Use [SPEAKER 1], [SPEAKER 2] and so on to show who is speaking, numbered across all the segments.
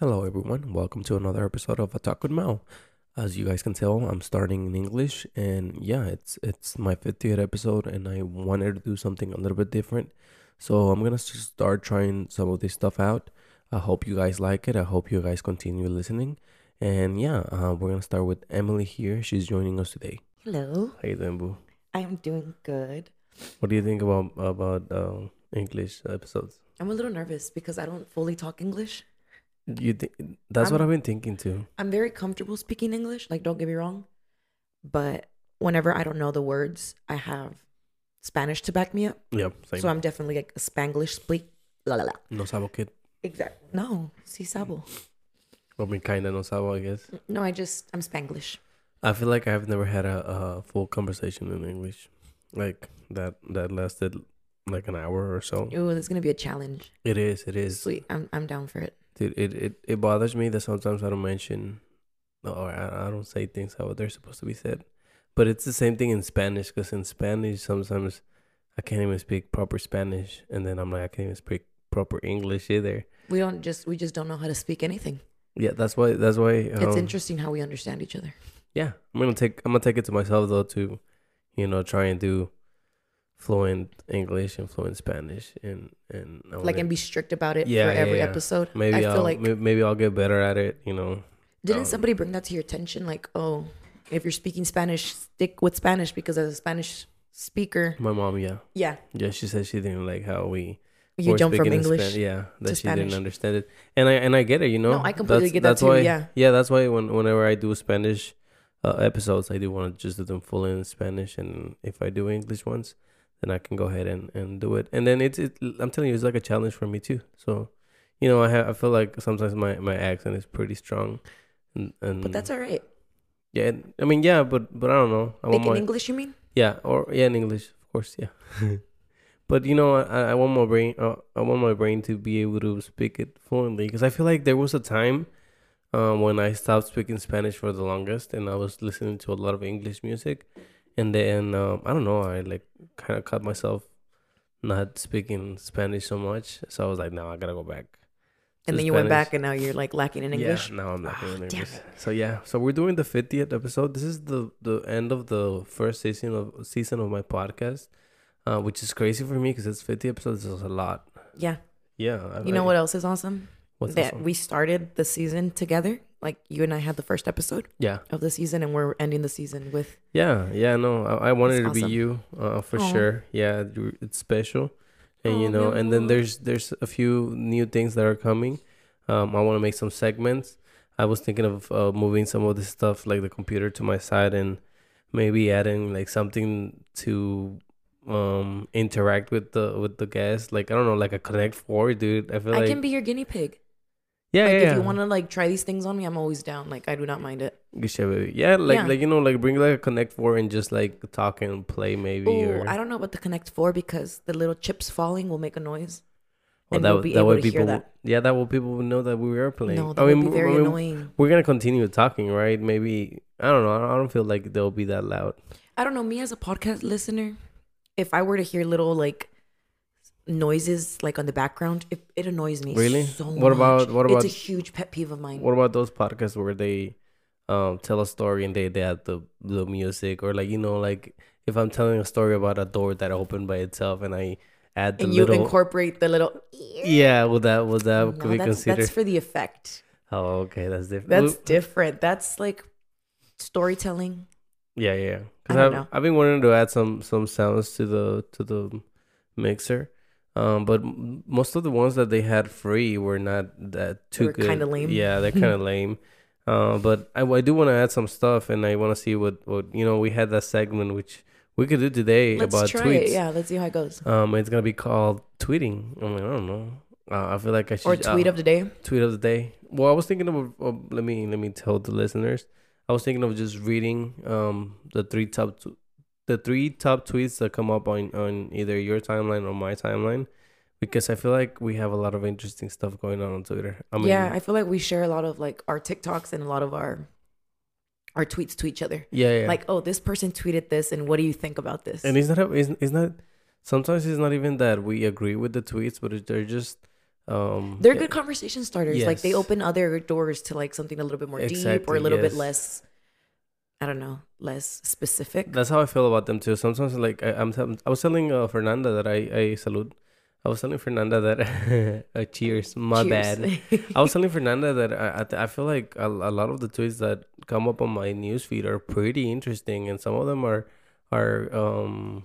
[SPEAKER 1] Hello, everyone. Welcome to another episode of Attack with Mao. As you guys can tell, I'm starting in English, and yeah, it's it's my 50th episode, and I wanted to do something a little bit different. So I'm gonna s- start trying some of this stuff out. I hope you guys like it. I hope you guys continue listening. And yeah, uh, we're gonna start with Emily here. She's joining us today.
[SPEAKER 2] Hello,
[SPEAKER 1] How you doing, boo?
[SPEAKER 2] I'm doing good.
[SPEAKER 1] What do you think about about uh, English episodes?
[SPEAKER 2] I'm a little nervous because I don't fully talk English.
[SPEAKER 1] You think that's what I've been thinking too.
[SPEAKER 2] I'm very comfortable speaking English, like, don't get me wrong. But whenever I don't know the words, I have Spanish to back me up.
[SPEAKER 1] Yep, same.
[SPEAKER 2] So I'm definitely like a Spanglish speak. La la la.
[SPEAKER 1] no sabo kid.
[SPEAKER 2] Exactly. No, si sabo.
[SPEAKER 1] I mean, kinda no sabo, I guess.
[SPEAKER 2] No, I just, I'm Spanglish.
[SPEAKER 1] I feel like I've never had a, a full conversation in English, like that that lasted like an hour or so.
[SPEAKER 2] Ooh, it's going to be a challenge.
[SPEAKER 1] It is, it is.
[SPEAKER 2] Sweet. I'm, I'm down for it.
[SPEAKER 1] Dude, it, it it bothers me that sometimes I don't mention or I, I don't say things how they're supposed to be said. But it's the same thing in Spanish, because in Spanish sometimes I can't even speak proper Spanish, and then I'm like I can't even speak proper English either.
[SPEAKER 2] We don't just, we just don't know how to speak anything.
[SPEAKER 1] Yeah, that's why. That's why. Um,
[SPEAKER 2] It's interesting how we understand each other.
[SPEAKER 1] yeah i'm gonna take i'm gonna take it to myself though to you know try and do fluent english and fluent spanish and and I
[SPEAKER 2] Like,
[SPEAKER 1] wanna-
[SPEAKER 2] and be strict about it
[SPEAKER 1] Oh, Yeah,
[SPEAKER 2] for
[SPEAKER 1] yeah,
[SPEAKER 2] every
[SPEAKER 1] yeah.
[SPEAKER 2] episode.
[SPEAKER 1] maybe
[SPEAKER 2] I
[SPEAKER 1] will
[SPEAKER 2] feel like
[SPEAKER 1] maybe, maybe i'll get better at it you know
[SPEAKER 2] Didn't
[SPEAKER 1] Um,
[SPEAKER 2] somebody bring that to your attention? Like, oh, if you're speaking Spanish, stick with Spanish because as a Spanish speaker,
[SPEAKER 1] my mom yeah
[SPEAKER 2] yeah,
[SPEAKER 1] yeah she said she didn't like how we
[SPEAKER 2] you
[SPEAKER 1] were
[SPEAKER 2] jump from
[SPEAKER 1] speaking in
[SPEAKER 2] English.
[SPEAKER 1] Span- yeah that she
[SPEAKER 2] Spanish.
[SPEAKER 1] didn't understand it and i and i get it you know
[SPEAKER 2] No, I completely get
[SPEAKER 1] that's
[SPEAKER 2] that too,
[SPEAKER 1] why
[SPEAKER 2] yeah.
[SPEAKER 1] yeah that's why when, whenever i do spanish uh, episodes i do want to just do them full in spanish and if i do english ones then i can go ahead and, and do it and then it's it, i'm telling you it's like a challenge for me too so you know i have i feel like sometimes my my accent is pretty strong and, and
[SPEAKER 2] But that's all right.
[SPEAKER 1] yeah i mean yeah but but i don't know i
[SPEAKER 2] Like
[SPEAKER 1] want
[SPEAKER 2] in
[SPEAKER 1] my
[SPEAKER 2] English, you mean?
[SPEAKER 1] yeah, or yeah, in English, of course, yeah. but you know, I, I want my brain, uh, I want my brain to be able to speak it fluently because I feel like there was a time um, when I stopped speaking Spanish for the longest, and I was listening to a lot of English music, and then um, I don't know, I like kind of caught myself not speaking Spanish so much, so I was like, no, I gotta go back. to
[SPEAKER 2] And then you went
[SPEAKER 1] Spanish.
[SPEAKER 2] back, and now you're like lacking in English.
[SPEAKER 1] Yeah, now I'm not
[SPEAKER 2] Ah,
[SPEAKER 1] doing
[SPEAKER 2] damn
[SPEAKER 1] English. So yeah, so we're doing the 50th episode. This is the the end of the first season of season of my podcast, uh, which is crazy for me because it's 50 episodes. It's a lot.
[SPEAKER 2] Yeah.
[SPEAKER 1] Yeah, I
[SPEAKER 2] You know
[SPEAKER 1] like-
[SPEAKER 2] what else is awesome?
[SPEAKER 1] What's
[SPEAKER 2] that
[SPEAKER 1] that?
[SPEAKER 2] we started the season together. Like you and I had the first episode
[SPEAKER 1] yeah,
[SPEAKER 2] of the season, and we're ending the season with
[SPEAKER 1] yeah, yeah. No, I, I wanted to
[SPEAKER 2] That's awesome.
[SPEAKER 1] be you uh, for
[SPEAKER 2] Aw.
[SPEAKER 1] sure. Yeah, you- it's special, and you
[SPEAKER 2] Aw,
[SPEAKER 1] know,
[SPEAKER 2] mi
[SPEAKER 1] and then
[SPEAKER 2] amor.
[SPEAKER 1] there's there's a few new things that are coming. Um, I want to make some segments. I was thinking of uh, moving some of this stuff like the computer to my side and maybe adding like something to um interact with the with the guest like i don't know like a connect four dude i feel
[SPEAKER 2] I
[SPEAKER 1] like
[SPEAKER 2] can be your guinea pig.
[SPEAKER 1] yeah
[SPEAKER 2] Like
[SPEAKER 1] yeah,
[SPEAKER 2] if you
[SPEAKER 1] yeah.
[SPEAKER 2] want to like try these things on me, I'm always down. Like I do not mind it.
[SPEAKER 1] Good shit, baby. yeah like
[SPEAKER 2] Yeah.
[SPEAKER 1] like you know like bring like a connect four and just like talk and play maybe
[SPEAKER 2] Ooh,
[SPEAKER 1] or
[SPEAKER 2] I don't know about the Connect Four because the little chips falling will make a noise.
[SPEAKER 1] Well,
[SPEAKER 2] and
[SPEAKER 1] that
[SPEAKER 2] we'll
[SPEAKER 1] would
[SPEAKER 2] be
[SPEAKER 1] that
[SPEAKER 2] able
[SPEAKER 1] would
[SPEAKER 2] to
[SPEAKER 1] people
[SPEAKER 2] hear
[SPEAKER 1] would-
[SPEAKER 2] that.
[SPEAKER 1] yeah that would people would know that we were playing.
[SPEAKER 2] No, that
[SPEAKER 1] I mean,
[SPEAKER 2] would be very
[SPEAKER 1] I mean,
[SPEAKER 2] annoying.
[SPEAKER 1] We're gonna continue talking, right? Maybe I don't know. I don't- I don't feel like they'll be that loud.
[SPEAKER 2] I don't know. Me as a podcast listener, if I were to hear little like noises like on the background, it, it annoys me.
[SPEAKER 1] Really?
[SPEAKER 2] So
[SPEAKER 1] What about-
[SPEAKER 2] much.
[SPEAKER 1] what about-
[SPEAKER 2] It's a huge pet peeve of mine.
[SPEAKER 1] What about those podcasts where they um tell a story and they they add the the music or like you know like if I'm telling a story about a door that opened by itself and I add the
[SPEAKER 2] and you
[SPEAKER 1] little
[SPEAKER 2] incorporate the little.
[SPEAKER 1] yeah, would that would that
[SPEAKER 2] No,
[SPEAKER 1] could be
[SPEAKER 2] that's,
[SPEAKER 1] considered?
[SPEAKER 2] that's for the effect.
[SPEAKER 1] oh, okay, that's different.
[SPEAKER 2] That's different. That's like storytelling.
[SPEAKER 1] Yeah, yeah.
[SPEAKER 2] I
[SPEAKER 1] Because
[SPEAKER 2] don't
[SPEAKER 1] I've
[SPEAKER 2] know.
[SPEAKER 1] I've been wanting to add some some sounds to the to the mixer, um, but m- most of the ones that they had free were not that too
[SPEAKER 2] were
[SPEAKER 1] good.
[SPEAKER 2] kinda lame.
[SPEAKER 1] Yeah, they're kind of lame. Uh, but I, I do want to add some stuff, and I want to see what what you know. We had that segment which we could do today
[SPEAKER 2] Let's
[SPEAKER 1] about
[SPEAKER 2] try
[SPEAKER 1] tweets.
[SPEAKER 2] it. Yeah, let's see how it goes.
[SPEAKER 1] Um, it's gonna be called tweeting. I mean, I don't know. Uh, I feel like I should
[SPEAKER 2] Or tweet
[SPEAKER 1] uh,
[SPEAKER 2] of the day.
[SPEAKER 1] tweet of the day. Well, I was thinking of, of let me let me tell the listeners. I was thinking of just reading um the three top tw- the three top tweets that come up on on either your timeline or my timeline because I feel like we have a lot of interesting stuff going on on Twitter. I mean,
[SPEAKER 2] yeah, I feel like we share a lot of like our TikToks and a lot of our our tweets to each other.
[SPEAKER 1] yeah, yeah.
[SPEAKER 2] Like, oh, this person tweeted this, and what do you think about this?
[SPEAKER 1] and it's not it's, it's not sometimes it's not even that we agree with the tweets, but it- they're just Um,
[SPEAKER 2] They're
[SPEAKER 1] yeah.
[SPEAKER 2] good conversation starters. Like they
[SPEAKER 1] Yes.
[SPEAKER 2] open other doors to like something a little bit more deep or
[SPEAKER 1] Exactly,
[SPEAKER 2] a little bit
[SPEAKER 1] yes.
[SPEAKER 2] less. I don't know, less specific.
[SPEAKER 1] That's how I feel about them too. Sometimes, like I, I'm, tell- I was telling uh, Fernanda that I, I salute. I was telling Fernanda that uh, cheers. My bad. I was telling Fernanda that I, I, th- I feel like a, a lot of the tweets that come up on my newsfeed are pretty interesting, and some of them are are um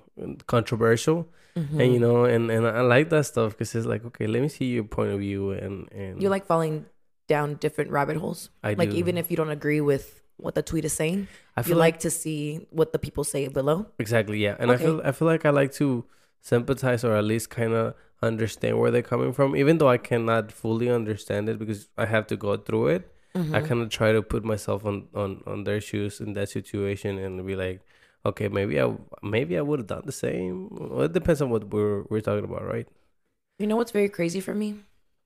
[SPEAKER 1] controversial. And
[SPEAKER 2] Mm-hmm.
[SPEAKER 1] you know, and and I like that stuff because it's like, okay, let me see your point of view, and and
[SPEAKER 2] you like falling down different rabbit holes.
[SPEAKER 1] I
[SPEAKER 2] like
[SPEAKER 1] do.
[SPEAKER 2] even if you don't agree with what the tweet is saying,
[SPEAKER 1] I
[SPEAKER 2] you like to see what the people say below.
[SPEAKER 1] Exactly, yeah. And
[SPEAKER 2] Okay.
[SPEAKER 1] I feel I feel like I like to sympathize or at least kind of understand where they're coming from, even though I cannot fully understand it because I have to go through it.
[SPEAKER 2] Mm-hmm.
[SPEAKER 1] I kind of try to put myself on on on their shoes in that situation and be like, okay, maybe I maybe I would have done the same. Well, it depends on what we're we're talking about, right?
[SPEAKER 2] You know what's very crazy for me?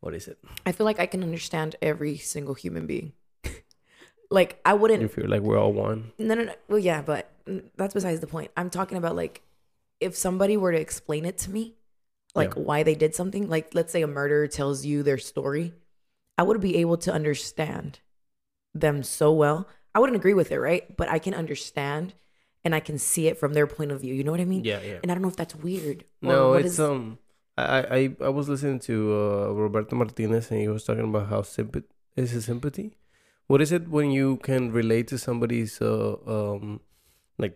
[SPEAKER 1] What is it?
[SPEAKER 2] I feel like I can understand every single human being. like I wouldn't.
[SPEAKER 1] You feel like we're all one.
[SPEAKER 2] No, no, no. Well, yeah, but mm, that's besides the point. I'm talking about like if somebody were to explain it to me, like
[SPEAKER 1] Yeah.
[SPEAKER 2] why they did something. Like let's say a murderer tells you their story, I would be able to understand them so well. I wouldn't agree with it, right? But I can understand and I can see it from their point of view. You know what I mean?
[SPEAKER 1] Yeah, yeah.
[SPEAKER 2] And I don't know if that's weird. or
[SPEAKER 1] No,
[SPEAKER 2] what
[SPEAKER 1] it's
[SPEAKER 2] is-
[SPEAKER 1] um. I, I I was listening to uh, Roberto Martinez and he was talking about how sympathy is it sympathy. What is it when you can relate to somebody's uh, um like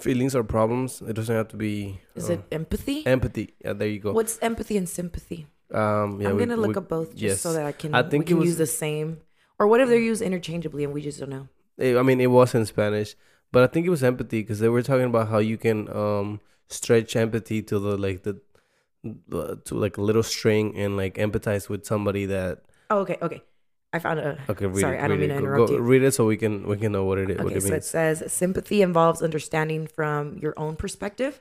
[SPEAKER 1] feelings or problems? It doesn't have to be
[SPEAKER 2] is
[SPEAKER 1] uh,
[SPEAKER 2] it empathy?
[SPEAKER 1] empathy. Yeah, there you go.
[SPEAKER 2] What's empathy and sympathy?
[SPEAKER 1] Um, yeah,
[SPEAKER 2] I'm
[SPEAKER 1] we-
[SPEAKER 2] gonna look
[SPEAKER 1] we-
[SPEAKER 2] up both just
[SPEAKER 1] yes.
[SPEAKER 2] so that I can.
[SPEAKER 1] I
[SPEAKER 2] we
[SPEAKER 1] think it
[SPEAKER 2] can
[SPEAKER 1] was-
[SPEAKER 2] use the same, or what if they're used interchangeably and we just don't know?
[SPEAKER 1] it- eh, I mean, it was in Spanish, but I think it was empathy because they were talking about how you can um stretch empathy to the like the the- to like a little string and like empathize with somebody that
[SPEAKER 2] Oh, okay, okay. I found a.
[SPEAKER 1] Okay, read
[SPEAKER 2] Sorry,
[SPEAKER 1] it,
[SPEAKER 2] I don't
[SPEAKER 1] read
[SPEAKER 2] mean
[SPEAKER 1] it.
[SPEAKER 2] to
[SPEAKER 1] Go-
[SPEAKER 2] interrupt
[SPEAKER 1] go,
[SPEAKER 2] you.
[SPEAKER 1] Read it so we can we can know what it is, what
[SPEAKER 2] Okay,
[SPEAKER 1] it
[SPEAKER 2] so it
[SPEAKER 1] means.
[SPEAKER 2] says sympathy involves understanding from your own perspective,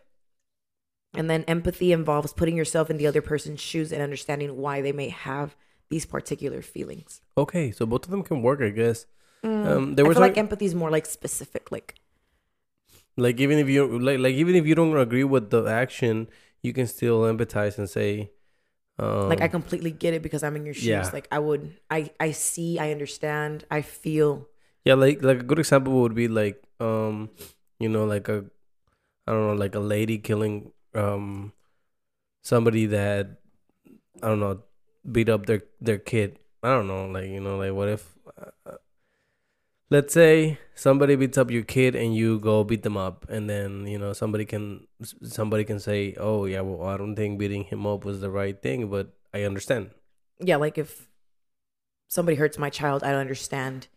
[SPEAKER 2] and then empathy involves putting yourself in the other person's shoes and understanding why they may have these particular feelings.
[SPEAKER 1] Okay, so both of them can work, I guess. Um,
[SPEAKER 2] I
[SPEAKER 1] there
[SPEAKER 2] feel
[SPEAKER 1] was like,
[SPEAKER 2] like
[SPEAKER 1] like,
[SPEAKER 2] empathy is more like specific, like
[SPEAKER 1] even if you like like even if you don't agree with the action, you can still empathize and say, um,
[SPEAKER 2] like I completely get it because I'm in your shoes.
[SPEAKER 1] yeah.
[SPEAKER 2] Like I would, I I see, I understand, I feel.
[SPEAKER 1] yeah, like like a good example would be like um, you know, like a I don't know, like a lady killing um somebody that I don't know beat up their their kid. I don't know, like you know, like what if uh, let's say somebody beats up your kid and you go beat them up and then you know somebody can s- somebody can say oh yeah well i don't think beating him up was the right thing but i understand
[SPEAKER 2] yeah, like if somebody hurts my child, I don't understand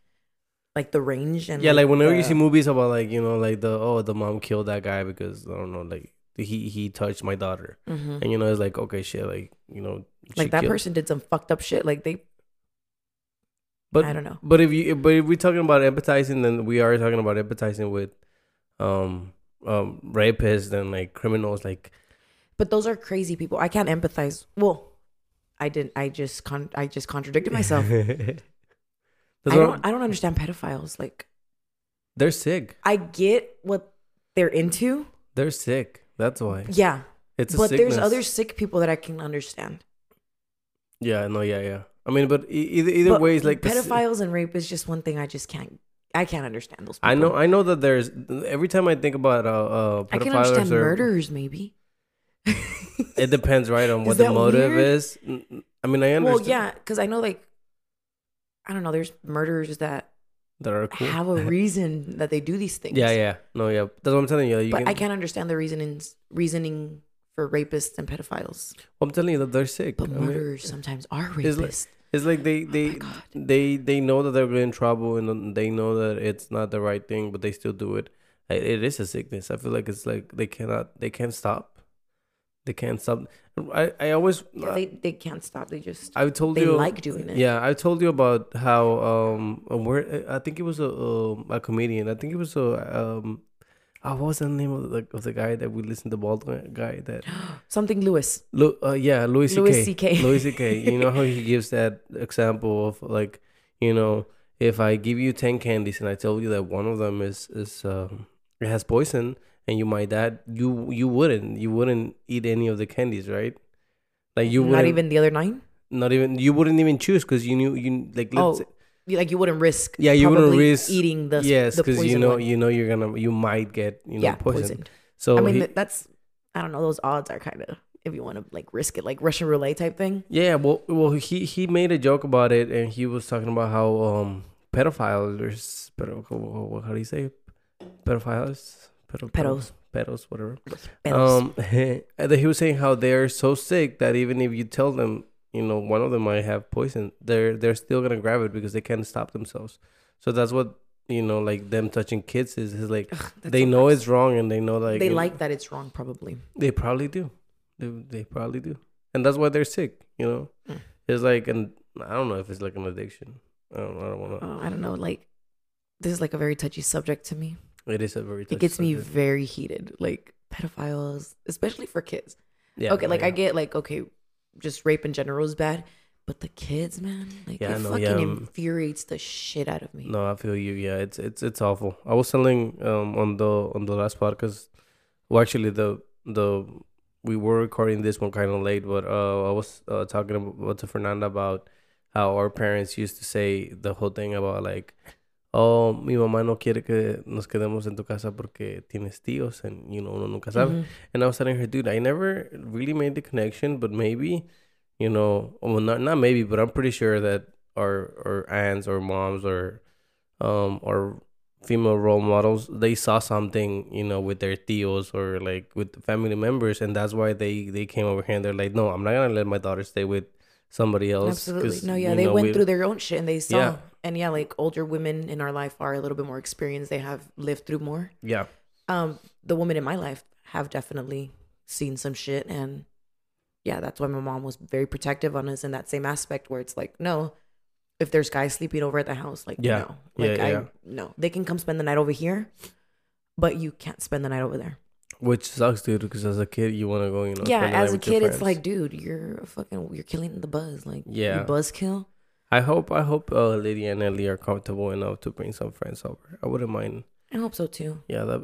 [SPEAKER 2] like the range and
[SPEAKER 1] yeah like whenever you
[SPEAKER 2] the-
[SPEAKER 1] see movies about like you know like the oh the mom killed that guy because i don't know like he he touched my daughter
[SPEAKER 2] Mhm.
[SPEAKER 1] and you know it's like okay shit like you know she
[SPEAKER 2] like that
[SPEAKER 1] killed-
[SPEAKER 2] person did some fucked up shit. Like they,
[SPEAKER 1] but
[SPEAKER 2] I don't know.
[SPEAKER 1] But if you but if we're talking about empathizing, then we are talking about empathizing with um um rapists and like criminals. Like
[SPEAKER 2] But those are crazy people. I can't empathize. Well, I didn't. I just con. I just contradicted myself.
[SPEAKER 1] That's what-
[SPEAKER 2] I don't. I don't understand pedophiles. Like
[SPEAKER 1] they're sick.
[SPEAKER 2] I get what they're into.
[SPEAKER 1] They're sick. That's why
[SPEAKER 2] Yeah,
[SPEAKER 1] it's a
[SPEAKER 2] but
[SPEAKER 1] sickness.
[SPEAKER 2] there's other sick people that I can understand.
[SPEAKER 1] Yeah, no, yeah, yeah. I mean, but e- either either
[SPEAKER 2] But
[SPEAKER 1] way is like a s-
[SPEAKER 2] pedophiles and rape is just one thing I just can't. I can't understand those. People.
[SPEAKER 1] I know, I know that there's. Every time I think about uh, uh
[SPEAKER 2] I can
[SPEAKER 1] pedophiles
[SPEAKER 2] understand
[SPEAKER 1] or
[SPEAKER 2] murderers, maybe.
[SPEAKER 1] it depends, right, on
[SPEAKER 2] Is
[SPEAKER 1] what the
[SPEAKER 2] that
[SPEAKER 1] motive
[SPEAKER 2] weird?
[SPEAKER 1] is. N- n- I mean, I understand
[SPEAKER 2] Well, yeah, because I know like I don't know. There's murderers that
[SPEAKER 1] that are cool.
[SPEAKER 2] have a reason that they do these things.
[SPEAKER 1] Yeah, yeah, no, yeah. That's what I'm telling you. you
[SPEAKER 2] but
[SPEAKER 1] can,
[SPEAKER 2] I can't understand the reasonings reasoning for rapists and pedophiles.
[SPEAKER 1] I'm telling you that they're sick.
[SPEAKER 2] But
[SPEAKER 1] I mean,
[SPEAKER 2] murderers sometimes are
[SPEAKER 1] it's like-
[SPEAKER 2] rapists.
[SPEAKER 1] It's like they
[SPEAKER 2] Oh
[SPEAKER 1] they
[SPEAKER 2] my God.
[SPEAKER 1] they they know that they're in trouble and then they know that it's not the right thing, but they still do it. I- It is a sickness. I feel like it's like they cannot they can't stop. They can't stop. I I always
[SPEAKER 2] yeah, they they can't stop. They just
[SPEAKER 1] I told
[SPEAKER 2] they
[SPEAKER 1] you
[SPEAKER 2] like doing it.
[SPEAKER 1] Yeah, I told you about how um uh, where I think it was a um, a comedian. I think it was a um. Oh, what was the name of the, of the guy that we listened to? Bald guy that
[SPEAKER 2] Something Lewis.
[SPEAKER 1] Lu- uh, yeah, Louis C.K.
[SPEAKER 2] Louis CK.
[SPEAKER 1] Louis C.K. You know how he gives that example of like, you know, if I give you ten candies and I tell you that one of them is is um, it has poison and you might that you you wouldn't you wouldn't eat any of the candies, right? Like you
[SPEAKER 2] Not
[SPEAKER 1] wouldn't
[SPEAKER 2] even the other nine.
[SPEAKER 1] not even you wouldn't even choose because you knew you like
[SPEAKER 2] Oh,
[SPEAKER 1] let's
[SPEAKER 2] you- like you wouldn't risk.
[SPEAKER 1] Yeah, you wouldn't
[SPEAKER 2] probably
[SPEAKER 1] risk-
[SPEAKER 2] eating the
[SPEAKER 1] yes
[SPEAKER 2] the
[SPEAKER 1] because you
[SPEAKER 2] poison
[SPEAKER 1] know
[SPEAKER 2] one.
[SPEAKER 1] you know you're gonna you might get you know
[SPEAKER 2] yeah
[SPEAKER 1] poisoned.
[SPEAKER 2] poisoned.
[SPEAKER 1] So
[SPEAKER 2] I mean
[SPEAKER 1] he-
[SPEAKER 2] th- that's I don't know. Those odds are kind of if you want to like risk it, like Russian roulette type thing.
[SPEAKER 1] Yeah, well, well, he he made a joke about it, and he was talking about how um pedophiles or s- pedo, wha- wha- how do you say it? pedophiles pedo,
[SPEAKER 2] Pedos.
[SPEAKER 1] pedos whatever.
[SPEAKER 2] Betos.
[SPEAKER 1] Um, and he was saying how they're so sick that even if you tell them, you know, one of them might have poison, they're they're still gonna grab it because they can't stop themselves. So that's what you know, like them touching kids is, is like
[SPEAKER 2] Ugh, that's
[SPEAKER 1] they
[SPEAKER 2] so
[SPEAKER 1] know
[SPEAKER 2] gross.
[SPEAKER 1] it's wrong and they know like
[SPEAKER 2] they
[SPEAKER 1] it-
[SPEAKER 2] like that it's wrong, probably.
[SPEAKER 1] they probably do. They, they probably do. And that's why they're sick, you know?
[SPEAKER 2] Mm.
[SPEAKER 1] It's like an I don't know if it's like an addiction. I don't I don't wanna
[SPEAKER 2] Oh, I don't know. Like this is like a very touchy subject to me.
[SPEAKER 1] it is a very
[SPEAKER 2] Oh. It gets me very heated. Like pedophiles, especially for kids.
[SPEAKER 1] me yeah,
[SPEAKER 2] okay, like
[SPEAKER 1] yeah.
[SPEAKER 2] I get like okay, just rape in general is bad, but the kids, man, like
[SPEAKER 1] Yeah, I
[SPEAKER 2] it
[SPEAKER 1] know,
[SPEAKER 2] fucking
[SPEAKER 1] yeah, um,
[SPEAKER 2] infuriates the shit out of me.
[SPEAKER 1] No, I feel you. Yeah, it's it's it's awful. I was telling um on the on the last podcast well actually the the we were recording this one kind of late, but uh I was uh, talking about to Fernanda about how our parents used to say the whole thing about like oh mi mamá no quiere que nos quedemos en tu casa porque tienes tíos and you know uno nunca sabe.
[SPEAKER 2] Mhm.
[SPEAKER 1] And I was telling her, dude, I never really made the connection, but maybe, you know, well, not not maybe, but I'm pretty sure that our our aunts or moms or um or female role models, they saw something, you know, with their tios or like with the family members, and that's why they they came over here and they're like, no, I'm not gonna let my daughter stay with somebody else.
[SPEAKER 2] Absolutely.
[SPEAKER 1] 'cause,
[SPEAKER 2] No, yeah,
[SPEAKER 1] you
[SPEAKER 2] they
[SPEAKER 1] know,
[SPEAKER 2] went
[SPEAKER 1] we-
[SPEAKER 2] through their own shit and they saw.
[SPEAKER 1] Yeah.
[SPEAKER 2] And yeah, like older women in our life are a little bit more experienced. They have lived through more.
[SPEAKER 1] Yeah,
[SPEAKER 2] Um, the women in my life have definitely seen some shit. And yeah, that's why my mom was very protective on us in that same aspect where it's like, no, if there's guys sleeping over at the house, like,
[SPEAKER 1] Yeah.
[SPEAKER 2] no. Like,
[SPEAKER 1] Yeah,
[SPEAKER 2] I,
[SPEAKER 1] yeah.
[SPEAKER 2] no, they can come spend the night over here, but you can't spend the night over there.
[SPEAKER 1] which sucks, dude, because as a kid, you want to go, you know.
[SPEAKER 2] yeah,
[SPEAKER 1] spend the night
[SPEAKER 2] as a
[SPEAKER 1] with your
[SPEAKER 2] kid, it's
[SPEAKER 1] friends.
[SPEAKER 2] like, dude, you're a fucking, you're killing the buzz. Like,
[SPEAKER 1] Yeah.
[SPEAKER 2] you buzz kill.
[SPEAKER 1] I hope I hope uh, Lady and Ellie are comfortable enough to bring some friends over. I wouldn't mind.
[SPEAKER 2] I hope so too.
[SPEAKER 1] Yeah, that,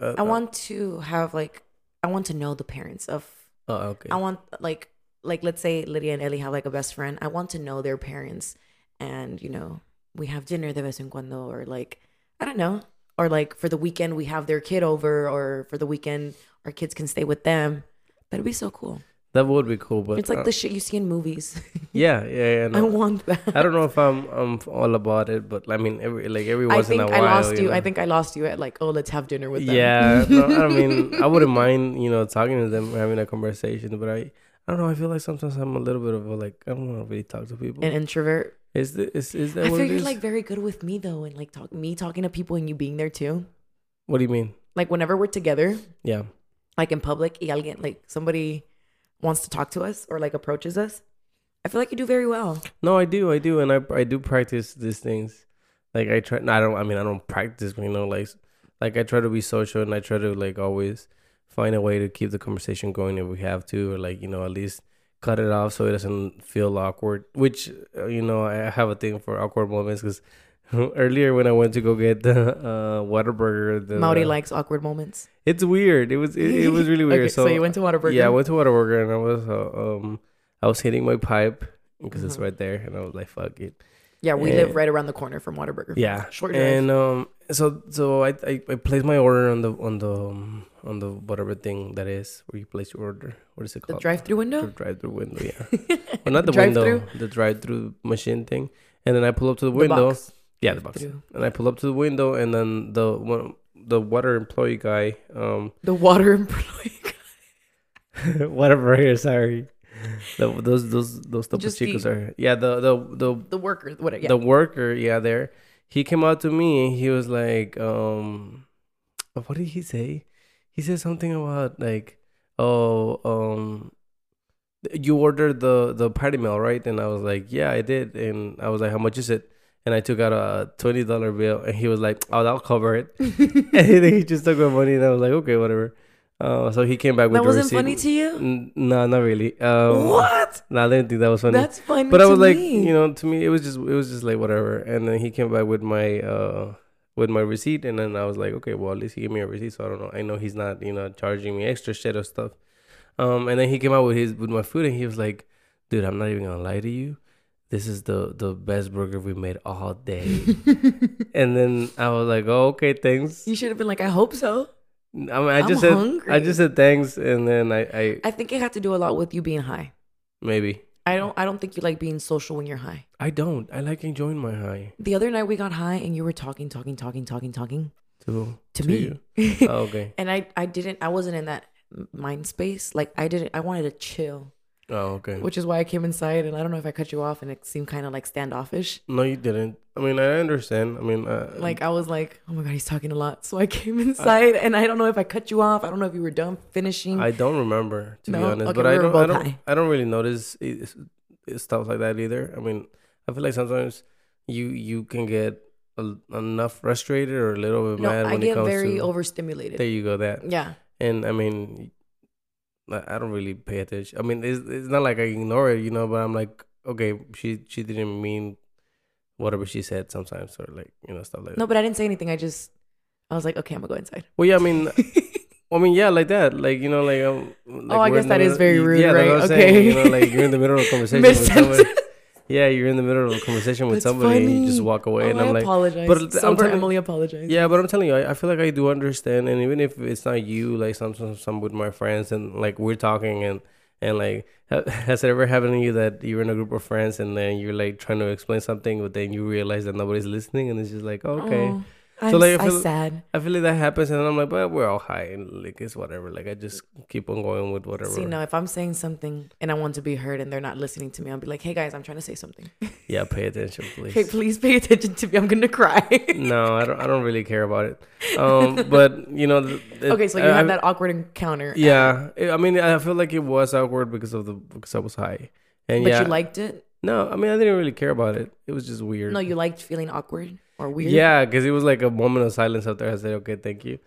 [SPEAKER 1] uh, uh,
[SPEAKER 2] I want to have like I want to know the parents of
[SPEAKER 1] Uh, oh, okay.
[SPEAKER 2] I want like like let's say Lydia and Ellie have like a best friend. I want to know their parents and you know, we have dinner de vez en cuando or like I don't know. Or like for the weekend we have their kid over or for the weekend our kids can stay with them. That'd be so cool.
[SPEAKER 1] that would be cool, but
[SPEAKER 2] it's like
[SPEAKER 1] uh,
[SPEAKER 2] the shit you see in movies.
[SPEAKER 1] yeah, yeah, yeah. No.
[SPEAKER 2] I want that.
[SPEAKER 1] I don't know if I'm I'm all about it, but I mean, every like every
[SPEAKER 2] I
[SPEAKER 1] once
[SPEAKER 2] think
[SPEAKER 1] in a
[SPEAKER 2] I
[SPEAKER 1] while,
[SPEAKER 2] lost you.
[SPEAKER 1] know.
[SPEAKER 2] I think I lost you at like, oh, let's have dinner with them.
[SPEAKER 1] Yeah, no, I mean, I wouldn't mind you know talking to them, having a conversation, but I. I don't know. I feel like sometimes I'm a little bit of a like I don't want to really talk to people.
[SPEAKER 2] An introvert.
[SPEAKER 1] is the, is is that
[SPEAKER 2] I
[SPEAKER 1] what
[SPEAKER 2] feel
[SPEAKER 1] it
[SPEAKER 2] you're
[SPEAKER 1] is?
[SPEAKER 2] like very good with me though, and like talk me talking to people and you being there too.
[SPEAKER 1] what do you mean?
[SPEAKER 2] Like whenever we're together,
[SPEAKER 1] Yeah,
[SPEAKER 2] like in public, y alguien, like somebody wants to talk to us or like approaches us. I feel like you do very well.
[SPEAKER 1] No, I do, I do, and I I do practice these things. Like I try. No, I don't. I mean, I don't practice. You know, like like I try to be social, and I try to like always find a way to keep the conversation going if we have to, or like you know at least cut it off so it doesn't feel awkward. Which uh, you know I have a thing for awkward moments because earlier when I went to go get the uh, Whataburger, the
[SPEAKER 2] Maori likes awkward moments.
[SPEAKER 1] it's weird. It was it, it was really weird.
[SPEAKER 2] Okay, so,
[SPEAKER 1] so
[SPEAKER 2] you went to Whataburger.
[SPEAKER 1] yeah, I went to Whataburger and I was uh, um I was hitting my pipe because it's
[SPEAKER 2] Mhm.
[SPEAKER 1] right there, and I was like, fuck it.
[SPEAKER 2] yeah, we
[SPEAKER 1] yeah.
[SPEAKER 2] live right around the corner from Whataburger.
[SPEAKER 1] Yeah,
[SPEAKER 2] Short drive.
[SPEAKER 1] and um, so so I, I I placed my order on the on the um, on the whatever thing that is where you place your order. What is it
[SPEAKER 2] the
[SPEAKER 1] called?
[SPEAKER 2] drive-through
[SPEAKER 1] The
[SPEAKER 2] window.
[SPEAKER 1] drive-through window. Yeah, well, not the window, the drive-through machine thing. And then I pull up to the
[SPEAKER 2] The
[SPEAKER 1] window.
[SPEAKER 2] box.
[SPEAKER 1] Yeah, the box.
[SPEAKER 2] Drive-thru.
[SPEAKER 1] And I pull up to the window, and then the one the water employee guy, um,
[SPEAKER 2] The water employee.
[SPEAKER 1] whatever here, sorry. The, those those those topo
[SPEAKER 2] Just
[SPEAKER 1] chicos
[SPEAKER 2] the-
[SPEAKER 1] are yeah the the the
[SPEAKER 2] The worker. Whatever. Yeah.
[SPEAKER 1] the worker, yeah, there. He came out to me and he was like, um, what did he say? He said something about like, oh, um, you ordered the the party meal, right? And I was like, yeah, I did. And I was like, how much is it? And I took out a twenty dollar bill, and he was like, oh, that'll cover it. and then he just took my money, and I was like, okay, whatever. Uh, so he came back with
[SPEAKER 2] that
[SPEAKER 1] the
[SPEAKER 2] wasn't
[SPEAKER 1] receipt.
[SPEAKER 2] funny to you.
[SPEAKER 1] N- no, not really. Um,
[SPEAKER 2] what?
[SPEAKER 1] No, I didn't think that was funny
[SPEAKER 2] That's funny.
[SPEAKER 1] but I
[SPEAKER 2] to
[SPEAKER 1] was like,
[SPEAKER 2] me.
[SPEAKER 1] you know, to me it was just it was just like whatever. And then he came back with my uh with my receipt, and then I was like, okay, well at least he gave me a receipt, so I don't know. I know he's not you know charging me extra shit or stuff. Um, and then he came out with his with my food, and he was like, dude, I'm not even gonna lie to you. This is the the best burger we made all day.
[SPEAKER 2] you
[SPEAKER 1] and then I was like, oh, okay, thanks.
[SPEAKER 2] should have been like, I hope so.
[SPEAKER 1] I mean, I
[SPEAKER 2] am
[SPEAKER 1] just said
[SPEAKER 2] hungry.
[SPEAKER 1] I just said thanks, and then I, I
[SPEAKER 2] I think it had to do a lot with you being high.
[SPEAKER 1] maybe
[SPEAKER 2] I don't. I don't think you like being social when you're high.
[SPEAKER 1] I don't. I like enjoying my high
[SPEAKER 2] The other night we got high and you were talking, talking, talking, talking, talking
[SPEAKER 1] too.
[SPEAKER 2] to,
[SPEAKER 1] To
[SPEAKER 2] me.
[SPEAKER 1] Oh, okay.
[SPEAKER 2] and I, I didn't. I wasn't in that mind space. Like I didn't. I wanted to chill,
[SPEAKER 1] Oh, okay.
[SPEAKER 2] which is why I came inside. And I don't know if I cut you off, and it seemed kind of like standoffish.
[SPEAKER 1] no, you didn't. I mean, I understand. I mean, uh,
[SPEAKER 2] Like I was like, oh my god, he's talking a lot. So I came inside, and I don't know if I cut you off. I don't know if you were done finishing.
[SPEAKER 1] I don't remember to be
[SPEAKER 2] No?
[SPEAKER 1] honest,
[SPEAKER 2] Okay,
[SPEAKER 1] but
[SPEAKER 2] we
[SPEAKER 1] I
[SPEAKER 2] were
[SPEAKER 1] don't. I
[SPEAKER 2] both
[SPEAKER 1] don't.
[SPEAKER 2] high.
[SPEAKER 1] I don't really notice it, it, stuff like that either. I mean, I feel like sometimes you you can get a, enough frustrated or a little bit
[SPEAKER 2] no,
[SPEAKER 1] mad
[SPEAKER 2] I
[SPEAKER 1] when it
[SPEAKER 2] get
[SPEAKER 1] comes
[SPEAKER 2] very
[SPEAKER 1] to.
[SPEAKER 2] overstimulated.
[SPEAKER 1] there you go. That
[SPEAKER 2] yeah,
[SPEAKER 1] and I mean, I I don't really pay attention. I mean, it's it's not like I ignore it, you know. But I'm like, okay, she she didn't mean whatever she said sometimes, or like you know stuff like
[SPEAKER 2] no,
[SPEAKER 1] that.
[SPEAKER 2] but I didn't say anything. I just, I was like, okay, I'm gonna go inside.
[SPEAKER 1] Well, yeah, I mean, I mean, yeah, like that, like you know, like um, like
[SPEAKER 2] Oh, I
[SPEAKER 1] we're in
[SPEAKER 2] guess
[SPEAKER 1] the
[SPEAKER 2] that is
[SPEAKER 1] middle-
[SPEAKER 2] very rude,
[SPEAKER 1] yeah, that's
[SPEAKER 2] right?
[SPEAKER 1] what I'm saying,
[SPEAKER 2] Okay.
[SPEAKER 1] you know, like you're in the middle of a conversation with somebody.
[SPEAKER 2] Mid-sentence.
[SPEAKER 1] Yeah, you're in the middle of a conversation with
[SPEAKER 2] That's
[SPEAKER 1] somebody, and you just
[SPEAKER 2] funny.
[SPEAKER 1] walk away,
[SPEAKER 2] Oh,
[SPEAKER 1] and
[SPEAKER 2] I
[SPEAKER 1] I'm like,
[SPEAKER 2] apologize.
[SPEAKER 1] but I'm
[SPEAKER 2] Sober
[SPEAKER 1] telling-
[SPEAKER 2] Emily apologized.
[SPEAKER 1] Yeah, but I'm telling you, I, I feel like I do understand, and even if it's not you, like some some, some with my friends, and like we're talking, and and like ha- has it ever happened to you that you're in a group of friends, and then you're like trying to explain something, but then you realize that nobody's listening, and it's just like okay,
[SPEAKER 2] Oh,
[SPEAKER 1] So,
[SPEAKER 2] I'm,
[SPEAKER 1] like, I
[SPEAKER 2] I'm
[SPEAKER 1] feel-
[SPEAKER 2] sad.
[SPEAKER 1] I feel like that happens, and I'm like, but we're all high, and like it's whatever. Like I just keep on going with whatever.
[SPEAKER 2] See, now if I'm saying something and I want to be heard and they're not listening to me, I'll be like, "Hey guys, I'm trying to say something.
[SPEAKER 1] Yeah, pay attention, please.
[SPEAKER 2] Hey, please pay attention to me. I'm gonna cry."
[SPEAKER 1] no, I don't. I don't really care about it. Um, but you know, th- it-
[SPEAKER 2] okay, so you
[SPEAKER 1] I-
[SPEAKER 2] had
[SPEAKER 1] I-
[SPEAKER 2] that awkward encounter.
[SPEAKER 1] Yeah, I I mean, I feel like it was awkward because of the because I was high, and
[SPEAKER 2] Uh, but
[SPEAKER 1] yeah,
[SPEAKER 2] you liked it.
[SPEAKER 1] no, I mean, I didn't really care about it. It was just weird.
[SPEAKER 2] No, you liked feeling awkward or weird.
[SPEAKER 1] yeah, because it was like a moment of silence after I said, "Okay, thank you,"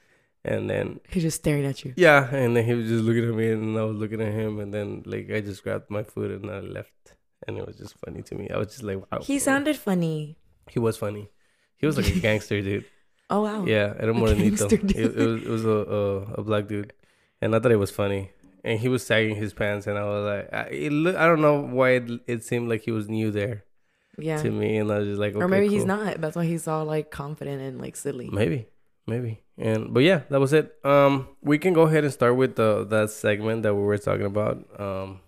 [SPEAKER 1] and then
[SPEAKER 2] he's just staring at you.
[SPEAKER 1] yeah, and then he was just looking at me, and I was looking at him, and then like I just grabbed my food and I left, and it was just funny to me. I was just like, "Wow."
[SPEAKER 2] He sounded funny.
[SPEAKER 1] he was funny. He was like a gangster dude.
[SPEAKER 2] Oh wow.
[SPEAKER 1] Yeah, I don't
[SPEAKER 2] A
[SPEAKER 1] want to need them.
[SPEAKER 2] gangster
[SPEAKER 1] It, it
[SPEAKER 2] dude.
[SPEAKER 1] was, it was a, a a black dude, and I thought it was funny. And he was sagging his pants, and I was like, I, it look, I don't know why it, it seemed like he was new there
[SPEAKER 2] Yeah.
[SPEAKER 1] to me, and I was just like, okay,
[SPEAKER 2] or maybe he's
[SPEAKER 1] cool.
[SPEAKER 2] not. That's why he's all like confident and like silly.
[SPEAKER 1] Maybe, maybe. And but yeah, that was it. Um, we can go ahead and start with the that segment that we were talking about. Um,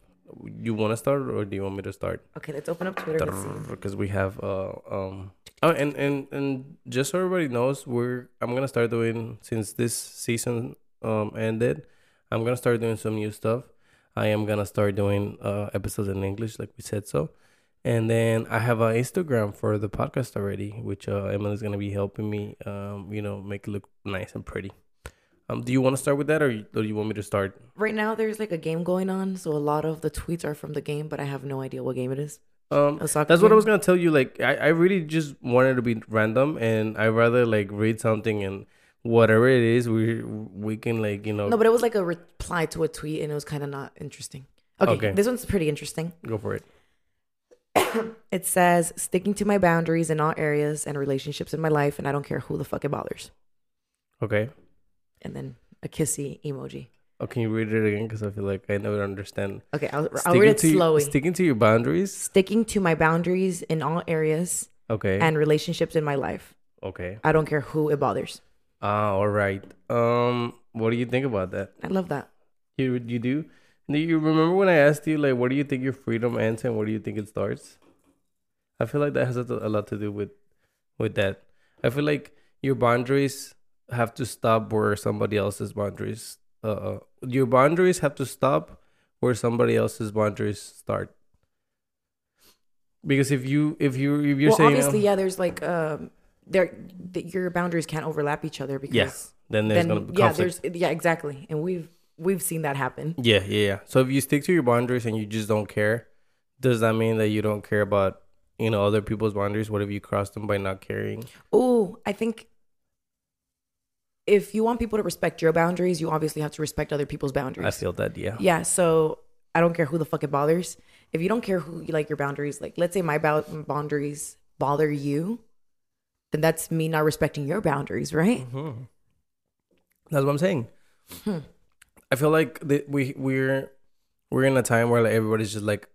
[SPEAKER 1] you want to start, or do you want me to start?
[SPEAKER 2] Okay, let's open up Twitter. Let's see.
[SPEAKER 1] because we have uh um oh and and and just so everybody knows we're i'm gonna start doing since this season um ended i'm gonna start doing some new stuff i am gonna start doing uh episodes in english like we said so and then i have an instagram for the podcast already which uh emily's gonna be helping me um you know make it look nice and pretty um do you want to start with that or, or do you want me to start
[SPEAKER 2] Right now, there's like a game going on, so a lot of the tweets are from the game, but I have no idea what game it is.
[SPEAKER 1] um
[SPEAKER 2] A soccer
[SPEAKER 1] That's what I
[SPEAKER 2] game?
[SPEAKER 1] was gonna tell you. Like, I, I really just wanted to be random, and I rather like read something and whatever it is, we we can like you know
[SPEAKER 2] No, but it was like a reply to a tweet, and it was kind of not interesting. Okay,
[SPEAKER 1] Okay.
[SPEAKER 2] this one's pretty interesting.
[SPEAKER 1] go for it.
[SPEAKER 2] It says sticking to my boundaries in all areas and relationships in my life, and I don't care who the fuck it bothers.
[SPEAKER 1] Okay.
[SPEAKER 2] And then a kissy emoji.
[SPEAKER 1] Oh, can you read it again? Because I feel like I never understand.
[SPEAKER 2] Okay, I'll, I'll read it
[SPEAKER 1] to
[SPEAKER 2] slowly.
[SPEAKER 1] Sticking to your boundaries.
[SPEAKER 2] sticking to my boundaries in all areas
[SPEAKER 1] Okay.
[SPEAKER 2] and relationships in my life.
[SPEAKER 1] okay.
[SPEAKER 2] I don't care who it bothers.
[SPEAKER 1] Ah, all right. Um, what do you think about that?
[SPEAKER 2] I love that.
[SPEAKER 1] You you do? Do you remember when I asked you like, what do you think your freedom ends and where do you think it starts? I feel like that has a, a lot to do with with that. I feel like your boundaries have to stop where somebody else's boundaries. Uh, your boundaries have to stop where somebody else's boundaries start. Because if you if you if you're
[SPEAKER 2] well,
[SPEAKER 1] saying
[SPEAKER 2] obviously,
[SPEAKER 1] "Oh,"
[SPEAKER 2] yeah. There's like um, there that your boundaries can't overlap each other because
[SPEAKER 1] Yes. then there's gonna
[SPEAKER 2] then
[SPEAKER 1] be
[SPEAKER 2] yeah,
[SPEAKER 1] conflict.
[SPEAKER 2] there's yeah, exactly, and we've we've seen that happen.
[SPEAKER 1] Yeah, yeah, yeah. So if you stick to your boundaries and you just don't care, does that mean that you don't care about you know other people's boundaries? What if you cross them by not caring?
[SPEAKER 2] Oh, I think if you want people to respect your boundaries, you obviously have to respect other people's boundaries.
[SPEAKER 1] I feel that. Yeah.
[SPEAKER 2] yeah, so I don't care who the fuck it bothers. If you don't care who you like your boundaries, like let's say my bou- boundaries bother you, then that's me not respecting your boundaries, right?
[SPEAKER 1] Mhm. That's what I'm saying.
[SPEAKER 2] Hmm.
[SPEAKER 1] I feel like that we we're we're in a time where like everybody's just like,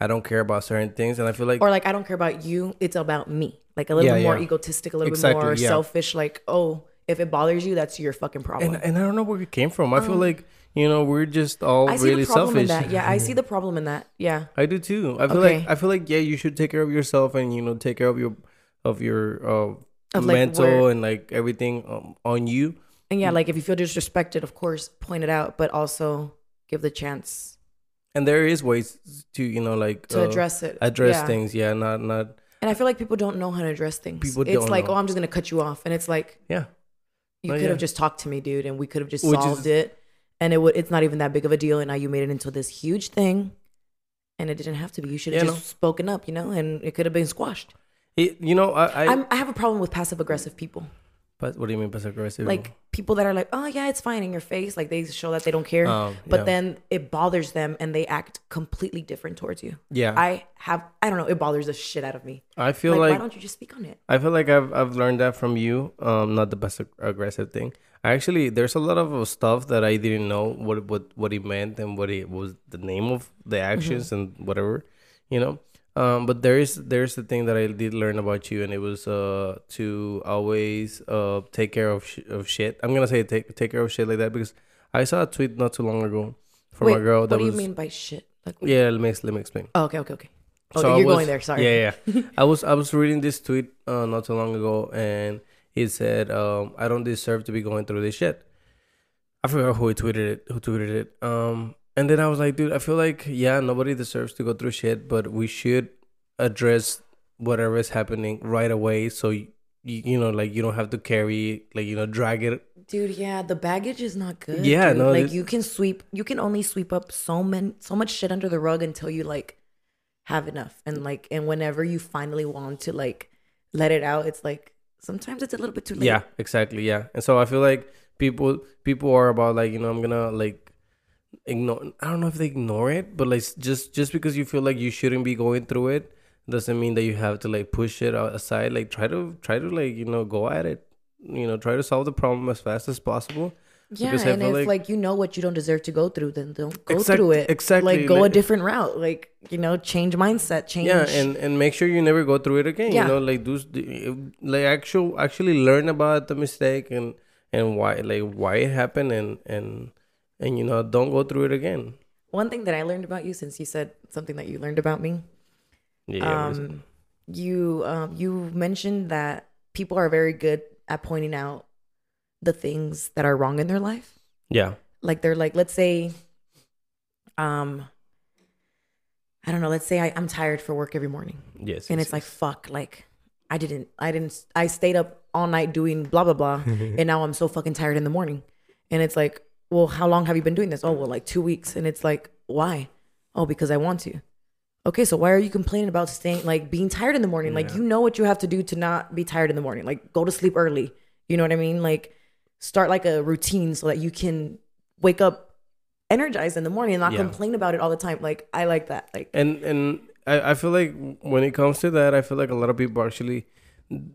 [SPEAKER 1] I don't care about certain things, and I feel like
[SPEAKER 2] or like I don't care about you. It's about me. Like a little
[SPEAKER 1] Yeah,
[SPEAKER 2] bit more
[SPEAKER 1] yeah.
[SPEAKER 2] egotistic, a little
[SPEAKER 1] Exactly,
[SPEAKER 2] bit more
[SPEAKER 1] yeah.
[SPEAKER 2] selfish. Like oh, if it bothers you, that's your fucking problem.
[SPEAKER 1] and and I don't know where it came from. I feel like you know we're just all
[SPEAKER 2] Um. I see
[SPEAKER 1] really
[SPEAKER 2] the problem
[SPEAKER 1] selfish.
[SPEAKER 2] in that. Yeah, I see the problem in that. Yeah.
[SPEAKER 1] I do too. I feel
[SPEAKER 2] Okay.
[SPEAKER 1] like I feel like yeah, you should take care of yourself and you know take care of your of your uh,
[SPEAKER 2] Of, like,
[SPEAKER 1] mental
[SPEAKER 2] where-
[SPEAKER 1] and like everything um, on you.
[SPEAKER 2] And
[SPEAKER 1] Mm.
[SPEAKER 2] yeah, like if you feel disrespected, of course, point it out, but also give the chance
[SPEAKER 1] And there is ways to you know like
[SPEAKER 2] to
[SPEAKER 1] uh,
[SPEAKER 2] address it.
[SPEAKER 1] address
[SPEAKER 2] Yeah.
[SPEAKER 1] things. Yeah, not not
[SPEAKER 2] And I feel like people don't know how to address things.
[SPEAKER 1] People
[SPEAKER 2] it's
[SPEAKER 1] don't
[SPEAKER 2] like,
[SPEAKER 1] know.
[SPEAKER 2] oh, I'm just gonna cut you off, and it's like
[SPEAKER 1] yeah.
[SPEAKER 2] you
[SPEAKER 1] Oh,
[SPEAKER 2] could
[SPEAKER 1] yeah.
[SPEAKER 2] have just talked to me, dude, and we could have just
[SPEAKER 1] Which
[SPEAKER 2] solved
[SPEAKER 1] is-
[SPEAKER 2] it, and it would. It's not even that big of a deal, and now you made it into this huge thing, and it didn't have to be. You should have
[SPEAKER 1] Yeah,
[SPEAKER 2] just
[SPEAKER 1] no.
[SPEAKER 2] spoken up, you know, and it could have been squashed.
[SPEAKER 1] It, you know I, I
[SPEAKER 2] I'm, I have a problem with passive aggressive people,
[SPEAKER 1] but what do you mean passive aggressive?
[SPEAKER 2] like people that are like, oh yeah, it's fine in your face, like they show that they don't care,
[SPEAKER 1] Um,
[SPEAKER 2] but
[SPEAKER 1] yeah.
[SPEAKER 2] then it bothers them and they act completely different towards you.
[SPEAKER 1] yeah, I,
[SPEAKER 2] I have, I don't know, it bothers the shit out of me.
[SPEAKER 1] feel
[SPEAKER 2] Like,
[SPEAKER 1] like,
[SPEAKER 2] why don't you just speak on it?
[SPEAKER 1] I feel like I've I've learned that from you. Um, not the best ag- aggressive thing. I actually there's a lot of uh, stuff that I didn't know what what what it meant and what it was the name of the
[SPEAKER 2] Mm-hmm.
[SPEAKER 1] actions and whatever, you know. Um, but there is there's the thing that I did learn about you, and it was uh to always uh take care of sh- of shit. I'm gonna say take take care of shit like that because I saw a tweet not too long ago from a girl Oh, that
[SPEAKER 2] what
[SPEAKER 1] was
[SPEAKER 2] do you mean by shit? Like,
[SPEAKER 1] yeah. Let me ex- let me explain.
[SPEAKER 2] oh, okay, okay, okay. Oh,
[SPEAKER 1] So I
[SPEAKER 2] you're
[SPEAKER 1] was-
[SPEAKER 2] going there. Sorry.
[SPEAKER 1] Yeah, yeah. I was I was reading this tweet uh, not too long ago, and it said, um, "I don't deserve to be going through this shit." I forgot who tweeted it. Who tweeted it? Um, and then I was like, dude, I feel like yeah, nobody deserves to go through shit, but we should address whatever is happening right away, so you, you know, like you don't have to carry, like you know, drag it.
[SPEAKER 2] Dude, yeah, the baggage is not good.
[SPEAKER 1] Yeah,
[SPEAKER 2] dude.
[SPEAKER 1] no,
[SPEAKER 2] like
[SPEAKER 1] it-
[SPEAKER 2] you can sweep, you can only sweep up so many, so much shit under the rug until you like have enough, and like, and whenever you finally want to like let it out, it's like sometimes it's a little bit too late.
[SPEAKER 1] Yeah, exactly. Yeah, and so I feel like people people are about like you know I'm gonna like ignore. I don't know if they ignore it, but like just just because you feel like you shouldn't be going through it doesn't mean that you have to like push it out- aside. Like try to try to like you know go at it. You know try to solve the problem as fast as possible.
[SPEAKER 2] yeah.
[SPEAKER 1] because I
[SPEAKER 2] And
[SPEAKER 1] feel
[SPEAKER 2] if like,
[SPEAKER 1] like-
[SPEAKER 2] you know what you don't deserve to go through, then don't go
[SPEAKER 1] Exact-
[SPEAKER 2] through it.
[SPEAKER 1] exactly,
[SPEAKER 2] Like go a
[SPEAKER 1] like-
[SPEAKER 2] different route. Like you know, change mindset. Change.
[SPEAKER 1] Yeah, and and make sure you never go through it again.
[SPEAKER 2] Yeah.
[SPEAKER 1] You know like those like actual actually learn about the mistake and and why like why it happened and and and you know don't go through it again.
[SPEAKER 2] one thing that I learned about you, since you said something that you learned about me,
[SPEAKER 1] Yeah. what is it?
[SPEAKER 2] um, you um, you mentioned that people are very good at pointing out the things that are wrong in their life.
[SPEAKER 1] yeah.
[SPEAKER 2] Like they're like, let's say, um, I don't know. Let's say I, I'm tired for work every morning,
[SPEAKER 1] Yes.
[SPEAKER 2] and
[SPEAKER 1] yes,
[SPEAKER 2] it's like, fuck, like I didn't, I didn't, I stayed up all night doing blah blah blah, and now I'm so fucking tired in the morning, and it's like, well, how long have you been doing this? Oh, well, like two weeks, and it's like, why? Oh, because I want to. Okay, so why are you complaining about staying like being tired in the morning? Like
[SPEAKER 1] Yeah.
[SPEAKER 2] you know what you have to do to not be tired in the morning. Like go to sleep early. You know what I mean? Like start like a routine so that you can wake up energized in the morning and not
[SPEAKER 1] Yeah.
[SPEAKER 2] complain about it all the time. Like I like that. Like
[SPEAKER 1] and and I, I feel like when it comes to that, I feel like a lot of people actually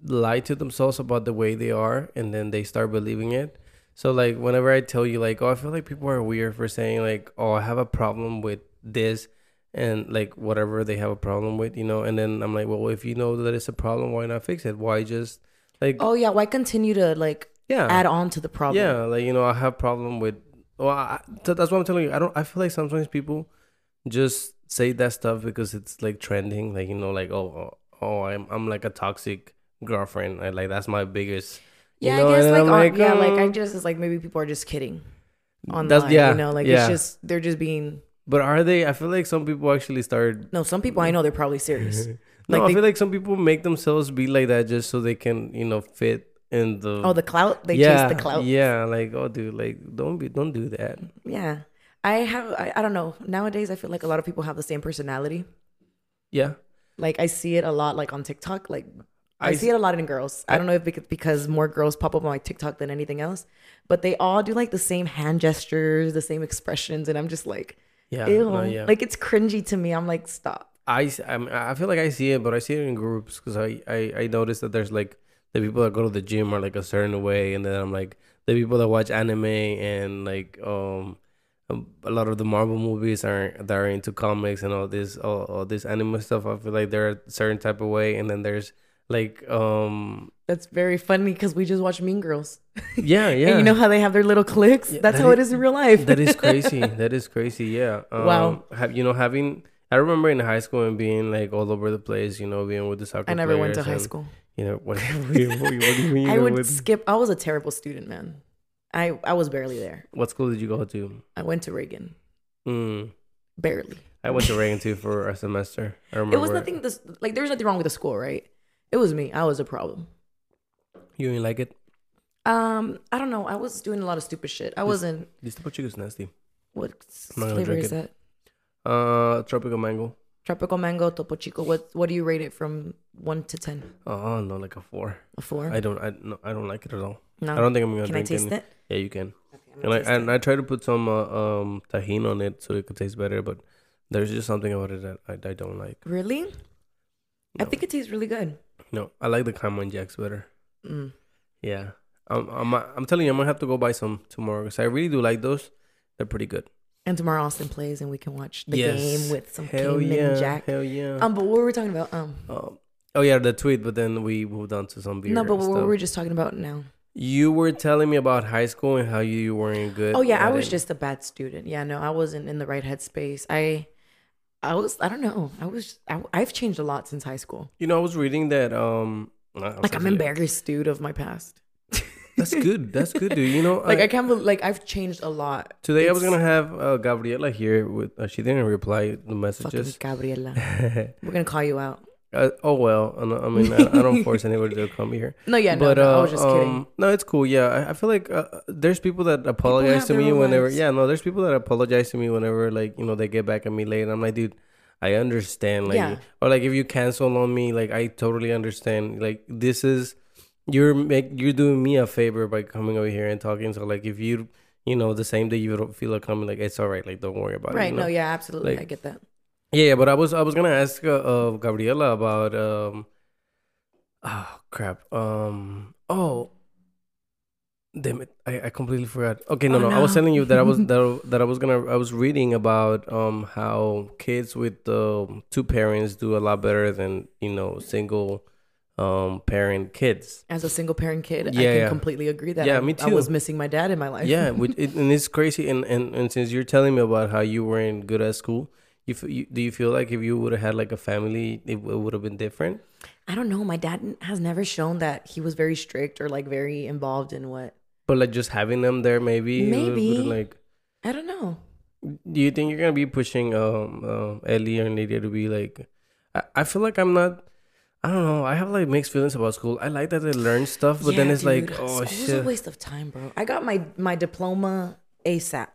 [SPEAKER 1] lie to themselves about the way they are, and then they start believing it. So like whenever I tell you like, oh, I feel like people are weird for saying like, oh, I have a problem with this, and like whatever they have a problem with, you know. And then I'm like, well, if you know that it's a problem, why not fix it? Why just like
[SPEAKER 2] oh yeah, why continue to like
[SPEAKER 1] yeah
[SPEAKER 2] add on to the problem?
[SPEAKER 1] Yeah, like you know, I have problem with. Well, I, so that's what I'm telling you. I don't. I feel like sometimes people just say that stuff because it's like trending. Like you know, like oh, oh, oh I'm I'm like a toxic girlfriend. I, like that's my biggest. you
[SPEAKER 2] Yeah,
[SPEAKER 1] know,
[SPEAKER 2] I guess
[SPEAKER 1] and I'm
[SPEAKER 2] like, on, yeah, like I
[SPEAKER 1] um,
[SPEAKER 2] just it's like maybe people are just kidding online.
[SPEAKER 1] That's- yeah,
[SPEAKER 2] you know, like
[SPEAKER 1] yeah.
[SPEAKER 2] it's just they're just being
[SPEAKER 1] But are they? I feel like some people actually start.
[SPEAKER 2] no. Some people I know they're probably serious.
[SPEAKER 1] No,
[SPEAKER 2] Like
[SPEAKER 1] I
[SPEAKER 2] they-
[SPEAKER 1] feel like some people make themselves be like that just so they can you know fit in the.
[SPEAKER 2] oh, the clout they
[SPEAKER 1] yeah,
[SPEAKER 2] chase the clout.
[SPEAKER 1] Yeah, like oh, dude, like don't be, don't do that.
[SPEAKER 2] Yeah. I have, I, I don't know. Nowadays, I feel like a lot of people have the same personality.
[SPEAKER 1] Yeah,
[SPEAKER 2] Like, I see it a lot, like on TikTok. Like, I,
[SPEAKER 1] I
[SPEAKER 2] see it a lot in girls. I, don't know if because, because more girls pop up on like TikTok than anything else, but they all do like the same hand gestures, the same expressions. And I'm just like,
[SPEAKER 1] yeah,
[SPEAKER 2] ew.
[SPEAKER 1] no, yeah.
[SPEAKER 2] Like, it's cringy to me. I'm like, stop.
[SPEAKER 1] I s- I'm- I feel like I see it, but I see it in groups because I, I I notice that there's like the people that go to the gym are like a certain way, and then I'm like the people that watch anime and like um um, a lot of the Marvel movies are that are into comics and all this all, all this anime stuff. I feel like they're a certain type of way, and then there's like um
[SPEAKER 2] That's very funny because we just watched Mean Girls.
[SPEAKER 1] yeah yeah
[SPEAKER 2] And you know how they have their little cliques?
[SPEAKER 1] Yeah,
[SPEAKER 2] That's
[SPEAKER 1] that
[SPEAKER 2] how
[SPEAKER 1] is-
[SPEAKER 2] it is in real life.
[SPEAKER 1] that is crazy. that is crazy. Yeah. Um,
[SPEAKER 2] Wow.
[SPEAKER 1] Have you know having? I remember in high school and being like all over the place. You know, being with the soccer.
[SPEAKER 2] I never went to
[SPEAKER 1] players and,
[SPEAKER 2] high school.
[SPEAKER 1] You know, whatever. what do you what do you mean?
[SPEAKER 2] I
[SPEAKER 1] you
[SPEAKER 2] would
[SPEAKER 1] with,
[SPEAKER 2] skip. I was a terrible student, man. I, I was barely there.
[SPEAKER 1] what school did you go to?
[SPEAKER 2] I went to Reagan.
[SPEAKER 1] Mm,
[SPEAKER 2] Barely.
[SPEAKER 1] I went to Reagan too for a semester. I remember
[SPEAKER 2] It was nothing, this, like, there was nothing wrong with the school, right? It was me. I was a problem.
[SPEAKER 1] You didn't like it?
[SPEAKER 2] Um, I don't know. I was doing a lot of stupid shit. I wasn't.
[SPEAKER 1] This type of chicken is nasty.
[SPEAKER 2] What
[SPEAKER 1] not gonna
[SPEAKER 2] flavor
[SPEAKER 1] drink
[SPEAKER 2] is
[SPEAKER 1] it.
[SPEAKER 2] that?
[SPEAKER 1] Uh, tropical mango.
[SPEAKER 2] Tropical mango, topo chico. What What do you rate it from one to ten?
[SPEAKER 1] Oh no, like a four.
[SPEAKER 2] A four?
[SPEAKER 1] I don't. I no, I don't like it at all.
[SPEAKER 2] no.
[SPEAKER 1] I don't think I'm gonna
[SPEAKER 2] Can I
[SPEAKER 1] drink
[SPEAKER 2] taste
[SPEAKER 1] any-
[SPEAKER 2] it?
[SPEAKER 1] Yeah, you can.
[SPEAKER 2] Okay, I'm
[SPEAKER 1] And
[SPEAKER 2] gonna
[SPEAKER 1] I
[SPEAKER 2] taste
[SPEAKER 1] and
[SPEAKER 2] it.
[SPEAKER 1] I try to put some uh, um tahini on it so it could taste better, but there's just something about it that I, I don't like.
[SPEAKER 2] Really? I
[SPEAKER 1] No.
[SPEAKER 2] think it tastes really good.
[SPEAKER 1] No, I like the Cameron Jacks better.
[SPEAKER 2] Mm.
[SPEAKER 1] Yeah, I'm, I'm I'm telling you, I'm gonna have to go buy some tomorrow because I really do like those. They're pretty good.
[SPEAKER 2] And tomorrow Austin plays, and we can watch the
[SPEAKER 1] Yes.
[SPEAKER 2] game with some
[SPEAKER 1] Hell
[SPEAKER 2] Cayman
[SPEAKER 1] yeah!
[SPEAKER 2] Jack.
[SPEAKER 1] Hell yeah!
[SPEAKER 2] Um, but what were we talking about? Um,
[SPEAKER 1] Um, oh yeah, the tweet. But then we moved on to some beer.
[SPEAKER 2] no, but
[SPEAKER 1] and
[SPEAKER 2] what
[SPEAKER 1] stuff.
[SPEAKER 2] were we just talking about now?
[SPEAKER 1] you were telling me about high school and how you weren't good.
[SPEAKER 2] Oh yeah, I
[SPEAKER 1] at
[SPEAKER 2] was
[SPEAKER 1] it.
[SPEAKER 2] just a bad student. Yeah, no, I wasn't in the right headspace. I, I was. I don't know. I was. I, I've changed a lot since high school.
[SPEAKER 1] You know, I was reading that. Um, I was
[SPEAKER 2] Like I'm
[SPEAKER 1] actually-
[SPEAKER 2] embarrassed, dude, of my past.
[SPEAKER 1] That's good. That's good, dude. You know,
[SPEAKER 2] Like
[SPEAKER 1] I-
[SPEAKER 2] I can't. bel Like I've changed a lot.
[SPEAKER 1] Today I was
[SPEAKER 2] It's-
[SPEAKER 1] gonna have uh, Gabriela here. With uh, she didn't reply to the
[SPEAKER 2] Fucking
[SPEAKER 1] messages.
[SPEAKER 2] Gabriela.
[SPEAKER 1] uh,
[SPEAKER 2] We're gonna call you out.
[SPEAKER 1] oh well. I, don't- I mean, I, I don't force anybody to come here.
[SPEAKER 2] No, yeah, no,
[SPEAKER 1] but
[SPEAKER 2] no,
[SPEAKER 1] uh,
[SPEAKER 2] I was just kidding.
[SPEAKER 1] um, no, it's cool. Yeah, I, I feel like uh, there's people that apologize
[SPEAKER 2] have
[SPEAKER 1] to
[SPEAKER 2] their
[SPEAKER 1] me
[SPEAKER 2] own
[SPEAKER 1] whenever.
[SPEAKER 2] lives.
[SPEAKER 1] Yeah, no, there's people that apologize to me whenever, like you know, they get back at me late, and I'm like, dude, I understand. Like,
[SPEAKER 2] Yeah.
[SPEAKER 1] or like if you cancel on me, like I totally understand. Like this is you're make you're doing me a favor by coming over here and talking. So like if you you know the same day you don't feel like coming, like it's all right. Like don't worry about it.
[SPEAKER 2] Right?
[SPEAKER 1] you
[SPEAKER 2] No,
[SPEAKER 1] know?
[SPEAKER 2] yeah, absolutely.
[SPEAKER 1] um, like-
[SPEAKER 2] I get that.
[SPEAKER 1] Yeah, yeah, but I was I was gonna ask uh, uh Gabriela about um oh crap um oh damn it I, I completely forgot okay no, no
[SPEAKER 2] Oh,
[SPEAKER 1] I was
[SPEAKER 2] no.
[SPEAKER 1] telling you that I was that, that I was gonna I was reading about um how kids with um two parents do a lot better than you know single um parent kids
[SPEAKER 2] As a single parent kid, I
[SPEAKER 1] Yeah,
[SPEAKER 2] can
[SPEAKER 1] yeah.
[SPEAKER 2] completely agree that.
[SPEAKER 1] Yeah,
[SPEAKER 2] I,
[SPEAKER 1] me
[SPEAKER 2] I was
[SPEAKER 1] too.
[SPEAKER 2] missing my dad in my life.
[SPEAKER 1] yeah which, it, and it's crazy and, and and since you're telling me about how you weren't good at school you, f- you do you feel like if you would have had like a family it, w- it would have been different
[SPEAKER 2] I don't know. My dad n- has never shown that he was very strict or like very involved in what.
[SPEAKER 1] but like just having them there maybe it would-
[SPEAKER 2] Maybe.
[SPEAKER 1] would, like
[SPEAKER 2] I don't know.
[SPEAKER 1] do you think you're gonna be pushing um, um ellie and lydia to be like I, I feel like i'm not i don't know i have like mixed feelings about school i like that they learn stuff but then
[SPEAKER 2] Yeah,
[SPEAKER 1] it's
[SPEAKER 2] dude,
[SPEAKER 1] like oh
[SPEAKER 2] school's
[SPEAKER 1] shit
[SPEAKER 2] a waste of time, bro. I got my my diploma ASAP.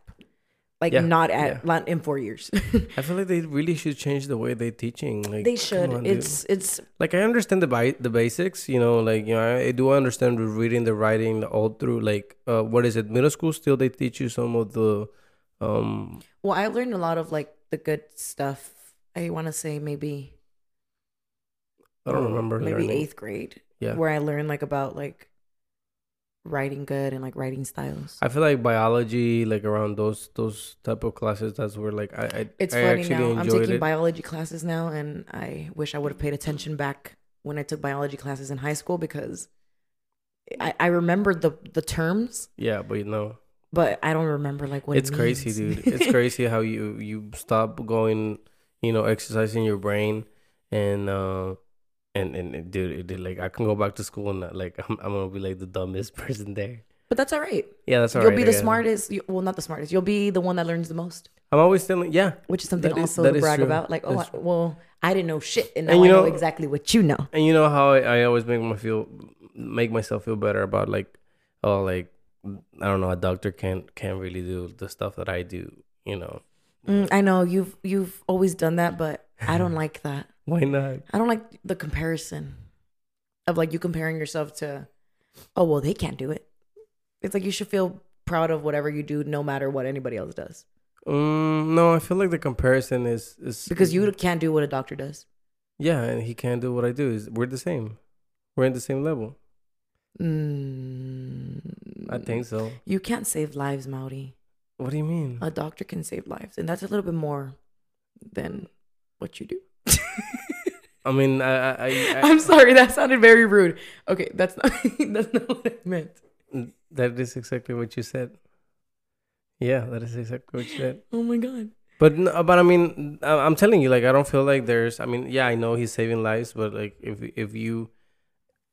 [SPEAKER 2] Like
[SPEAKER 1] Yeah,
[SPEAKER 2] not at
[SPEAKER 1] yeah.
[SPEAKER 2] not in four years.
[SPEAKER 1] i feel like they really should change the way they teaching like
[SPEAKER 2] they
[SPEAKER 1] come
[SPEAKER 2] should.
[SPEAKER 1] on, dude.
[SPEAKER 2] it's it's
[SPEAKER 1] like I understand the bi- the basics, you know, like you know, I, I do understand the reading, the writing, the all through. Like, uh, what is it? Middle school still they teach you some of the, um,
[SPEAKER 2] Well, I learned a lot of like the good stuff. I want to say maybe
[SPEAKER 1] I don't
[SPEAKER 2] uh,
[SPEAKER 1] remember
[SPEAKER 2] Maybe
[SPEAKER 1] learning.
[SPEAKER 2] eighth grade.
[SPEAKER 1] Yeah.
[SPEAKER 2] where I learned like about like writing good and like writing styles.
[SPEAKER 1] I feel like biology, like around those those type of classes, that's where like I I,
[SPEAKER 2] it's
[SPEAKER 1] I
[SPEAKER 2] funny
[SPEAKER 1] actually
[SPEAKER 2] now. I'm
[SPEAKER 1] enjoyed
[SPEAKER 2] taking
[SPEAKER 1] it.
[SPEAKER 2] biology classes now, and I wish I would have paid attention back when I took biology classes in high school because I, I remembered the the terms,
[SPEAKER 1] yeah, but you know,
[SPEAKER 2] but I don't remember like what it
[SPEAKER 1] it's crazy,
[SPEAKER 2] means.
[SPEAKER 1] dude. it's crazy how you you stop going, you know, exercising your brain, and uh, and and it, dude, it, did, like I can go back to school and like I'm I'm gonna be like the dumbest person there.
[SPEAKER 2] but that's all right.
[SPEAKER 1] Yeah, that's all
[SPEAKER 2] you'll
[SPEAKER 1] right,
[SPEAKER 2] be
[SPEAKER 1] I
[SPEAKER 2] the
[SPEAKER 1] guess.
[SPEAKER 2] smartest. You, well, not the smartest. You'll be the one that learns the most.
[SPEAKER 1] I'm always telling, yeah.
[SPEAKER 2] which is something
[SPEAKER 1] That is-
[SPEAKER 2] also
[SPEAKER 1] that
[SPEAKER 2] to
[SPEAKER 1] is
[SPEAKER 2] brag
[SPEAKER 1] true.
[SPEAKER 2] about. Like, oh,
[SPEAKER 1] That's
[SPEAKER 2] I, well, I didn't know shit, and now
[SPEAKER 1] And you
[SPEAKER 2] I know,
[SPEAKER 1] know-
[SPEAKER 2] exactly what you know.
[SPEAKER 1] And you know how I, I always make my feel make myself feel better about like, oh, like I don't know, a doctor can't can't really do the stuff that I do. You know
[SPEAKER 2] Mm, I know you've you've always done that, but I don't like that.
[SPEAKER 1] why not?
[SPEAKER 2] I don't like the comparison of like you comparing yourself to, oh, well, they can't do it. It's like you should feel proud of whatever you do, no matter what anybody else does,
[SPEAKER 1] Um, no, I feel like the comparison is is
[SPEAKER 2] because you can't do what a doctor does.
[SPEAKER 1] yeah, and he can't do what I do. Is we're the same, we're in the same level.
[SPEAKER 2] Mm,
[SPEAKER 1] I think so.
[SPEAKER 2] you can't save lives, Maori.
[SPEAKER 1] What do you mean?
[SPEAKER 2] A doctor can save lives, and that's a little bit more than what you do.
[SPEAKER 1] I mean, I, I, I,
[SPEAKER 2] I'm sorry, that sounded very rude. Okay, that's not that's not what I meant.
[SPEAKER 1] that is exactly what you said. Yeah, that is exactly what you said.
[SPEAKER 2] Oh my god.
[SPEAKER 1] But no, but I mean, I- I'm telling you, like, I don't feel like there's. I mean, yeah, I know he's saving lives, but like, if if you,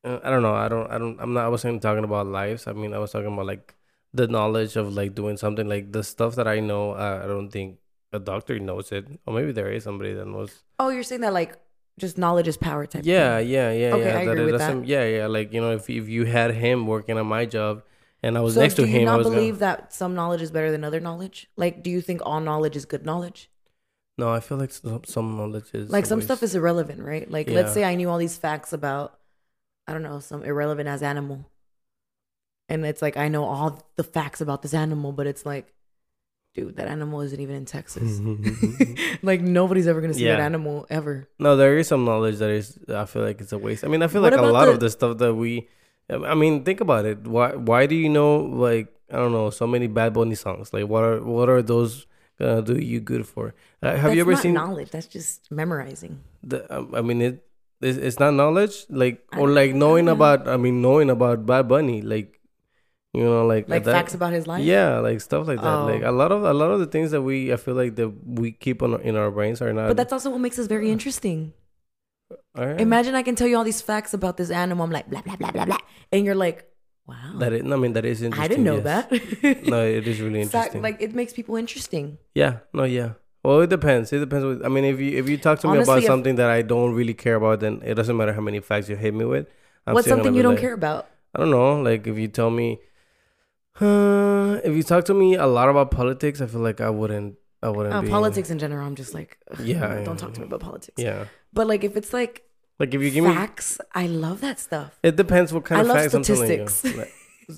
[SPEAKER 1] uh, I don't know, I don't, I don't, I'm not. I wasn't talking about lives. I mean, I was talking about like the knowledge of like doing something, like the stuff that I know. Uh, I don't think a doctor knows it, or maybe there is somebody that knows.
[SPEAKER 2] Oh, you're saying that like just knowledge is power type.
[SPEAKER 1] Yeah, yeah, yeah,
[SPEAKER 2] Okay,
[SPEAKER 1] yeah.
[SPEAKER 2] I
[SPEAKER 1] that
[SPEAKER 2] agree
[SPEAKER 1] it
[SPEAKER 2] with
[SPEAKER 1] doesn't-
[SPEAKER 2] that.
[SPEAKER 1] Yeah, yeah. Like you know, if if you had him working on my job, and I was
[SPEAKER 2] So
[SPEAKER 1] next
[SPEAKER 2] do
[SPEAKER 1] to
[SPEAKER 2] you
[SPEAKER 1] him, I
[SPEAKER 2] not
[SPEAKER 1] was
[SPEAKER 2] believe
[SPEAKER 1] gonna.
[SPEAKER 2] that some knowledge is better than other knowledge? Like, do you think all knowledge is good knowledge?
[SPEAKER 1] No, I feel like some, some knowledge is
[SPEAKER 2] Like, some
[SPEAKER 1] waste.
[SPEAKER 2] stuff is irrelevant, right? Like,
[SPEAKER 1] Yeah.
[SPEAKER 2] let's say I knew all these facts about, I don't know, some irrelevant as animal, and it's like I know all the facts about this animal, but it's like, dude, that animal isn't even in Texas. like, nobody's ever gonna see that
[SPEAKER 1] Mm-hmm. Yeah.
[SPEAKER 2] animal ever.
[SPEAKER 1] No, there is some knowledge that is. I feel like it's a waste. I mean, I feel
[SPEAKER 2] What
[SPEAKER 1] like a
[SPEAKER 2] about
[SPEAKER 1] lot
[SPEAKER 2] the-
[SPEAKER 1] of the stuff that we. I mean, think about it. Why? Why do you know? Like, I don't know, so many Bad Bunny songs. Like, what are what are those gonna do you good for? Uh, have
[SPEAKER 2] that's
[SPEAKER 1] you ever
[SPEAKER 2] not
[SPEAKER 1] seen?
[SPEAKER 2] knowledge? That's just memorizing.
[SPEAKER 1] the, um, I mean, it it's, it's not knowledge, like
[SPEAKER 2] I
[SPEAKER 1] or
[SPEAKER 2] don't-
[SPEAKER 1] like
[SPEAKER 2] I
[SPEAKER 1] knowing
[SPEAKER 2] don't know.
[SPEAKER 1] about. I mean, knowing about Bad Bunny, like you know, like
[SPEAKER 2] Like
[SPEAKER 1] that-
[SPEAKER 2] facts about his life.
[SPEAKER 1] Yeah, like stuff like that.
[SPEAKER 2] Oh.
[SPEAKER 1] Like a lot of a lot of the things that we, I feel like that we keep on in our brains are not.
[SPEAKER 2] But that's also what makes us very interesting.
[SPEAKER 1] all right.
[SPEAKER 2] Imagine I can tell you all these facts about this animal. I'm like blah blah blah blah blah, and you're like, wow,
[SPEAKER 1] that is, I mean, that is interesting.
[SPEAKER 2] I didn't know
[SPEAKER 1] yes.
[SPEAKER 2] that.
[SPEAKER 1] No, it is really
[SPEAKER 2] It's like-
[SPEAKER 1] interesting.
[SPEAKER 2] like it makes people interesting.
[SPEAKER 1] yeah, no, yeah. Well, it depends. It depends. With, I mean, if you if you talk to me
[SPEAKER 2] Honestly,
[SPEAKER 1] about
[SPEAKER 2] if-
[SPEAKER 1] something that I don't really care about, then it doesn't matter how many facts you hit me with. I'm
[SPEAKER 2] What's
[SPEAKER 1] still gonna
[SPEAKER 2] something
[SPEAKER 1] be
[SPEAKER 2] you don't
[SPEAKER 1] like-
[SPEAKER 2] care about?
[SPEAKER 1] I don't know. Like if you tell me, uh, if you talk to me a lot about politics, I feel like I wouldn't. I wouldn't
[SPEAKER 2] Uh,
[SPEAKER 1] be
[SPEAKER 2] politics in general. I'm just like, ugh,
[SPEAKER 1] Yeah,
[SPEAKER 2] don't
[SPEAKER 1] yeah.
[SPEAKER 2] talk to me about politics.
[SPEAKER 1] Yeah.
[SPEAKER 2] But like if it's like
[SPEAKER 1] Like if you give me,
[SPEAKER 2] facts, I love that stuff.
[SPEAKER 1] it depends what kind
[SPEAKER 2] I
[SPEAKER 1] of
[SPEAKER 2] love
[SPEAKER 1] facts I'm
[SPEAKER 2] statistics.
[SPEAKER 1] telling you. Like,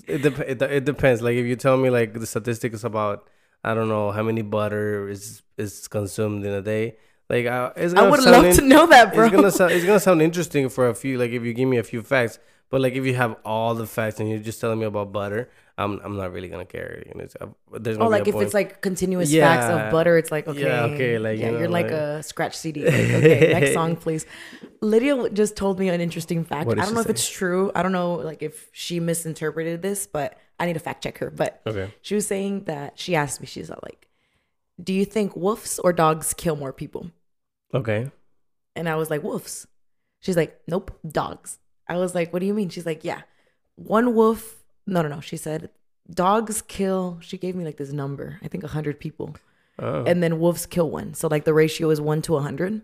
[SPEAKER 1] it, dep- it, de- it depends. Like if you tell me like the statistics about I don't know how many butter is is consumed in a day. Like I, it's
[SPEAKER 2] I
[SPEAKER 1] gonna
[SPEAKER 2] would
[SPEAKER 1] sound
[SPEAKER 2] love
[SPEAKER 1] in-
[SPEAKER 2] to know that, bro.
[SPEAKER 1] It's gonna sound it's gonna sound interesting for a few. Like if you give me a few facts, but like if you have all the facts and you're just telling me about butter, I'm I'm not really gonna care. You know, it's, uh, there's
[SPEAKER 2] or
[SPEAKER 1] gonna be
[SPEAKER 2] Oh, like
[SPEAKER 1] a
[SPEAKER 2] if
[SPEAKER 1] point.
[SPEAKER 2] it's like continuous
[SPEAKER 1] Yeah.
[SPEAKER 2] facts of butter, it's like okay,
[SPEAKER 1] Yeah, okay, like,
[SPEAKER 2] yeah,
[SPEAKER 1] you
[SPEAKER 2] you are
[SPEAKER 1] know,
[SPEAKER 2] like,
[SPEAKER 1] like-
[SPEAKER 2] a scratch CD. Like, okay, next song, please. Lydia just told me an interesting fact. I
[SPEAKER 1] What did
[SPEAKER 2] don't
[SPEAKER 1] she
[SPEAKER 2] know if
[SPEAKER 1] say?
[SPEAKER 2] it's true. I don't know like if she misinterpreted this, but I need to fact check her. But
[SPEAKER 1] Okay.
[SPEAKER 2] she was saying that she asked me, she's all like, "Do you think wolves or dogs kill more people?"
[SPEAKER 1] Okay.
[SPEAKER 2] And I was like, "Wolves." She's like, "Nope, dogs." I was like, "What do you mean?" She's like, "Yeah, one wolf." No, no, no. She said. Dogs kill. She gave me like this number. I think hundred people
[SPEAKER 1] Oh.
[SPEAKER 2] and then wolves kill one. So like the ratio is one to a hundred.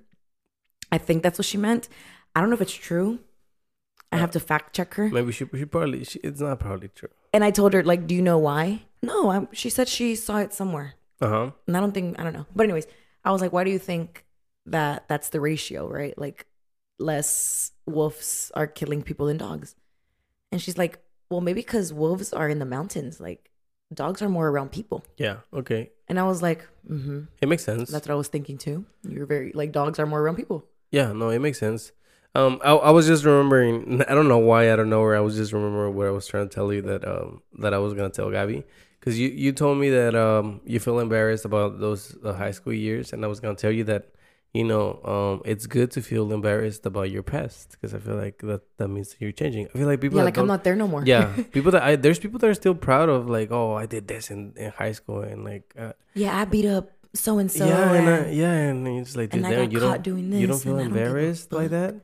[SPEAKER 2] I think that's what she meant. I don't know if it's true. I have to fact check her.
[SPEAKER 1] Maybe she, she probably she, it's not probably true.
[SPEAKER 2] And I told her like, do you know why? No, I, she said she saw it somewhere,
[SPEAKER 1] Uh huh.
[SPEAKER 2] and I don't think I don't know. But anyways, I was like, why do you think that that's the ratio, right? Like less wolves are killing people than dogs. And she's like, well, maybe because wolves are in the mountains. Like dogs are more around people.
[SPEAKER 1] Yeah. Okay.
[SPEAKER 2] And I was like, mm-hmm.
[SPEAKER 1] It makes sense.
[SPEAKER 2] That's what I was thinking too. You're very like dogs are more around people.
[SPEAKER 1] yeah. No, it makes sense. Um, I, I was just remembering. I don't know why. I don't know where. I was just remembering what I was trying to tell you that um that I was gonna tell Gabby because you you told me that um you feel embarrassed about those uh, high school years and I was gonna tell you that you know um it's good to feel embarrassed about your past because I feel like that that means that you're changing. I feel like people
[SPEAKER 2] yeah,
[SPEAKER 1] that
[SPEAKER 2] like
[SPEAKER 1] don't-
[SPEAKER 2] I'm not there no more.
[SPEAKER 1] yeah people that I there's people that are still proud of like oh I did this in, in high school and like uh,
[SPEAKER 2] yeah, I beat up so and so.
[SPEAKER 1] yeah, and I, yeah, and it's like, dude,
[SPEAKER 2] and I
[SPEAKER 1] damn,
[SPEAKER 2] got
[SPEAKER 1] you don't,
[SPEAKER 2] caught doing
[SPEAKER 1] you don't
[SPEAKER 2] this,
[SPEAKER 1] feel
[SPEAKER 2] and I don't give a
[SPEAKER 1] embarrassed by
[SPEAKER 2] fuck.
[SPEAKER 1] that.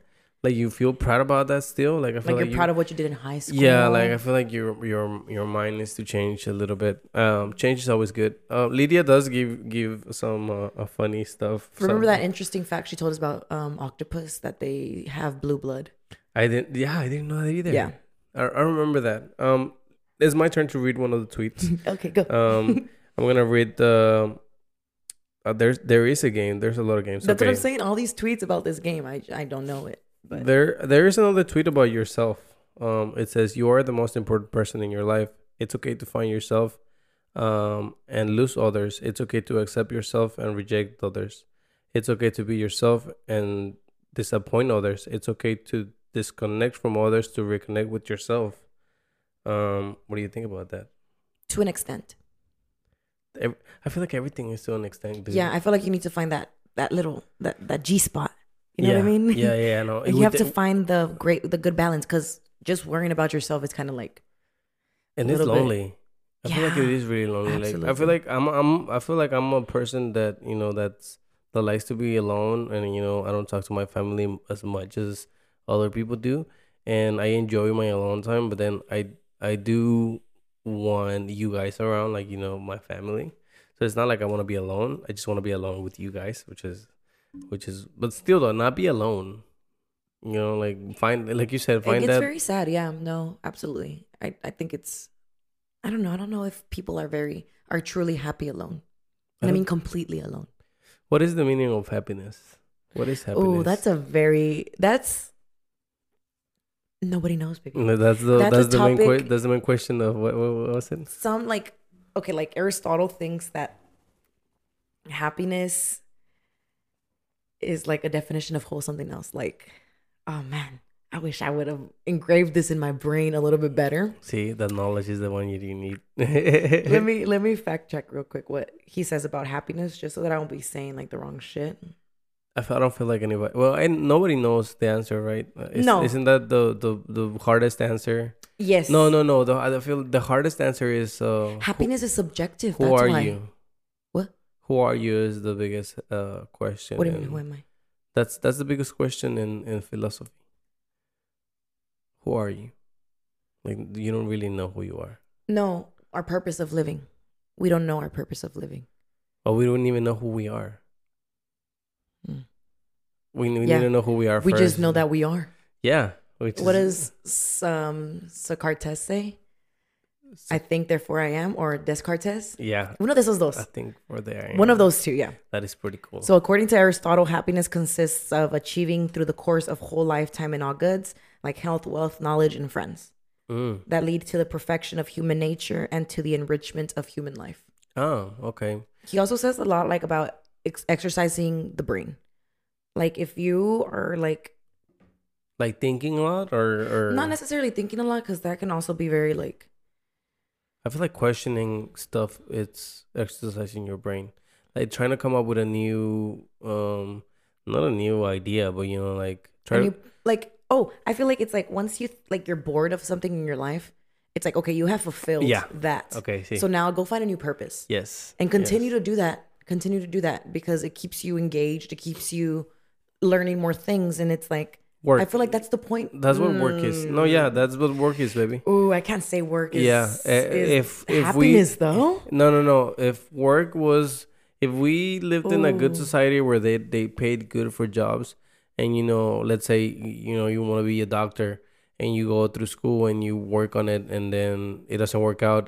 [SPEAKER 1] Like you feel proud about that still. Like I feel
[SPEAKER 2] Like
[SPEAKER 1] like,
[SPEAKER 2] you're proud of what you did in high school.
[SPEAKER 1] yeah, like I feel like your your your mind needs to change a little bit. Um, change is always good. Uh, Lydia does give give some uh, uh, funny stuff.
[SPEAKER 2] remember
[SPEAKER 1] some-
[SPEAKER 2] that interesting fact she told us about um, octopus that they have blue blood.
[SPEAKER 1] I didn't. Yeah, I didn't know that either.
[SPEAKER 2] Yeah.
[SPEAKER 1] I, I remember that. Um, it's my turn to read one of the tweets.
[SPEAKER 2] Okay, go.
[SPEAKER 1] Um, I'm gonna read the. Uh, there's there is a game. There's a lot of games.
[SPEAKER 2] That's what I'm
[SPEAKER 1] Okay.
[SPEAKER 2] saying. All these tweets about this game, I I don't know it. But
[SPEAKER 1] There, there is another tweet about yourself. Um, it says you are the most important person in your life. It's okay to find yourself, um, and lose others. It's okay to accept yourself and reject others. It's okay to be yourself and disappoint others. It's okay to disconnect from others to reconnect with yourself. Um, what do you think about that?
[SPEAKER 2] to an extent,
[SPEAKER 1] ev- I feel like everything is to an extent, dude.
[SPEAKER 2] Yeah, I feel like you need to find that that little that that G spot. You know
[SPEAKER 1] yeah.
[SPEAKER 2] what I mean?
[SPEAKER 1] Yeah, yeah, I know.
[SPEAKER 2] Like, you have to find the great the good balance because just worrying about yourself is kind of like
[SPEAKER 1] and
[SPEAKER 2] a
[SPEAKER 1] it's
[SPEAKER 2] little bit.
[SPEAKER 1] lonely. I feel like it
[SPEAKER 2] Yeah,
[SPEAKER 1] is really lonely. Like I feel
[SPEAKER 2] absolutely.
[SPEAKER 1] like I'm I'm I feel like I'm a person that you know that's that likes to be alone, and you know I don't talk to my family m- as much as other people do, and I enjoy my alone time. But then I I do want you guys around, like you know my family. So it's not like I want to be alone. I just want to be alone with you guys, which is which is but still though not be alone. You know, like find like you said,
[SPEAKER 2] it
[SPEAKER 1] find
[SPEAKER 2] gets
[SPEAKER 1] that
[SPEAKER 2] very sad. Yeah, no, absolutely. I I think it's I don't know. I don't know if people are very are truly happy
[SPEAKER 1] I
[SPEAKER 2] alone. And I,
[SPEAKER 1] don't-
[SPEAKER 2] mean completely alone.
[SPEAKER 1] What is the meaning of happiness? What is happiness?
[SPEAKER 2] Oh, that's a very that's nobody knows, baby.
[SPEAKER 1] No, that's the
[SPEAKER 2] that's
[SPEAKER 1] that's,
[SPEAKER 2] a
[SPEAKER 1] the main que-
[SPEAKER 2] topic-
[SPEAKER 1] that's the main question of what, what, what was it?
[SPEAKER 2] some like okay like aristotle thinks that happiness is like a definition of whole something else like oh man i wish i would have engraved this in my brain a little bit better
[SPEAKER 1] See, the knowledge is the one you do need.
[SPEAKER 2] let me let me fact check real quick what he says about happiness just so that i don't be saying like the wrong shit
[SPEAKER 1] I f- I don't feel like anybody. Well, and nobody knows the answer, right? Uh, is-
[SPEAKER 2] No.
[SPEAKER 1] isn't that the, the the hardest answer?
[SPEAKER 2] yes
[SPEAKER 1] No, no, no. The I feel the hardest answer is uh,
[SPEAKER 2] happiness is subjective
[SPEAKER 1] Who, who
[SPEAKER 2] that's
[SPEAKER 1] are
[SPEAKER 2] why
[SPEAKER 1] you?
[SPEAKER 2] What?
[SPEAKER 1] Who are you is the biggest uh, question.
[SPEAKER 2] what do you mean
[SPEAKER 1] and
[SPEAKER 2] who am i
[SPEAKER 1] That's that's the biggest question in in philosophy. Who are you? Like you don't really know who you are.
[SPEAKER 2] no our purpose of living we don't know our purpose of living
[SPEAKER 1] But we don't even know who we are.
[SPEAKER 2] Mm.
[SPEAKER 1] We, we
[SPEAKER 2] Yeah.
[SPEAKER 1] need to know who we are
[SPEAKER 2] we
[SPEAKER 1] first.
[SPEAKER 2] just know that we are
[SPEAKER 1] Yeah. Which
[SPEAKER 2] What does um, Socrates say? I think, therefore, I am, or Descartes?
[SPEAKER 1] Yeah.
[SPEAKER 2] One of those,
[SPEAKER 1] I
[SPEAKER 2] those,
[SPEAKER 1] think for there.
[SPEAKER 2] one of those two, yeah.
[SPEAKER 1] That is pretty Ah, cool.
[SPEAKER 2] So, according to Aristotle, happiness consists of achieving through the course of whole lifetime in all goods, like health, wealth, knowledge, and friends,
[SPEAKER 1] Mm.
[SPEAKER 2] that lead to the perfection of human nature and to the enrichment of human life.
[SPEAKER 1] Oh, okay.
[SPEAKER 2] He also says a lot, like about ex- exercising the brain. Like, if you are like
[SPEAKER 1] Like thinking a lot or, or
[SPEAKER 2] not necessarily thinking a lot, because that can also be very like
[SPEAKER 1] I feel like questioning stuff it's exercising your brain. Like trying to come up with a new um not a new idea, but you know, like try to
[SPEAKER 2] and you like oh i feel like it's like once you like you're bored of something in your life it's like okay you have fulfilled
[SPEAKER 1] Yeah.
[SPEAKER 2] that
[SPEAKER 1] Okay, see.
[SPEAKER 2] so now go find a new purpose
[SPEAKER 1] yes.
[SPEAKER 2] and
[SPEAKER 1] yes.
[SPEAKER 2] continue to do that continue to do that because it keeps you engaged it keeps you learning more things and it's like
[SPEAKER 1] work.
[SPEAKER 2] i feel like that's the point
[SPEAKER 1] that's what work is. No, yeah,
[SPEAKER 2] Mm.
[SPEAKER 1] that's what work is, baby.
[SPEAKER 2] Ooh, i can't say work is
[SPEAKER 1] Yeah, eh,
[SPEAKER 2] is
[SPEAKER 1] if- if we-
[SPEAKER 2] happiness though
[SPEAKER 1] No, no, no. If work was, if we lived in a good society where they they paid good for jobs, and you know, let's say you know you want to be a doctor, and you go through school and you work on it, and then it doesn't work out,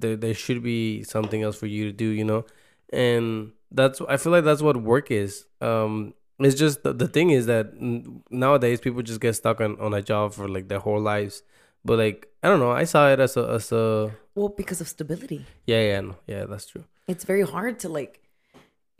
[SPEAKER 1] there there should be something else for you to do, you know, and that's I feel like that's what work is. Um, it's just the, the thing is that n- nowadays people just get stuck on on a job for like their whole lives. But like I don't know, I saw it as a as a
[SPEAKER 2] well because of stability
[SPEAKER 1] yeah, yeah, no, yeah, that's true.
[SPEAKER 2] it's very hard to like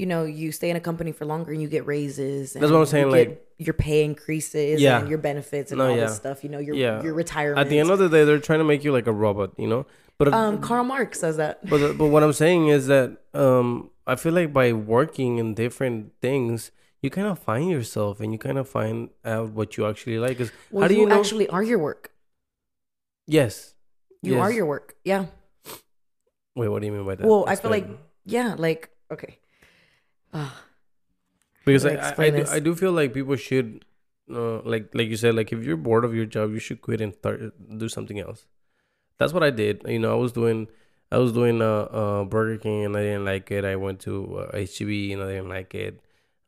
[SPEAKER 2] you know you stay in a company for longer and you get raises and
[SPEAKER 1] That's what I'm
[SPEAKER 2] you
[SPEAKER 1] saying,
[SPEAKER 2] get
[SPEAKER 1] like-
[SPEAKER 2] your pay increases
[SPEAKER 1] Yeah.
[SPEAKER 2] and your benefits and
[SPEAKER 1] No,
[SPEAKER 2] all
[SPEAKER 1] yeah.
[SPEAKER 2] this stuff you know your
[SPEAKER 1] Yeah.
[SPEAKER 2] your retirement
[SPEAKER 1] At the end of the day, they're trying to make you like a robot, you know. But if,
[SPEAKER 2] um karl marx says that
[SPEAKER 1] but but what I'm saying is that um, I feel like by working in different things, you kind of find yourself and you kind of find out what you actually like. Because
[SPEAKER 2] well,
[SPEAKER 1] how do
[SPEAKER 2] you,
[SPEAKER 1] you, know?
[SPEAKER 2] actually are your work
[SPEAKER 1] yes,
[SPEAKER 2] you are
[SPEAKER 1] Yes.
[SPEAKER 2] your work yeah
[SPEAKER 1] Wait, what do you mean by that?
[SPEAKER 2] well i feel like
[SPEAKER 1] Explain.
[SPEAKER 2] yeah like okay Ah,
[SPEAKER 1] because
[SPEAKER 2] Let
[SPEAKER 1] I,
[SPEAKER 2] me
[SPEAKER 1] I, I,
[SPEAKER 2] explain
[SPEAKER 1] do,
[SPEAKER 2] this.
[SPEAKER 1] I do feel like people should uh, like like you said like if you're bored of your job you should quit and start do something else that's what i did you know i was doing i was doing uh, uh burger king and i didn't like it i went to uh, hb and i didn't like it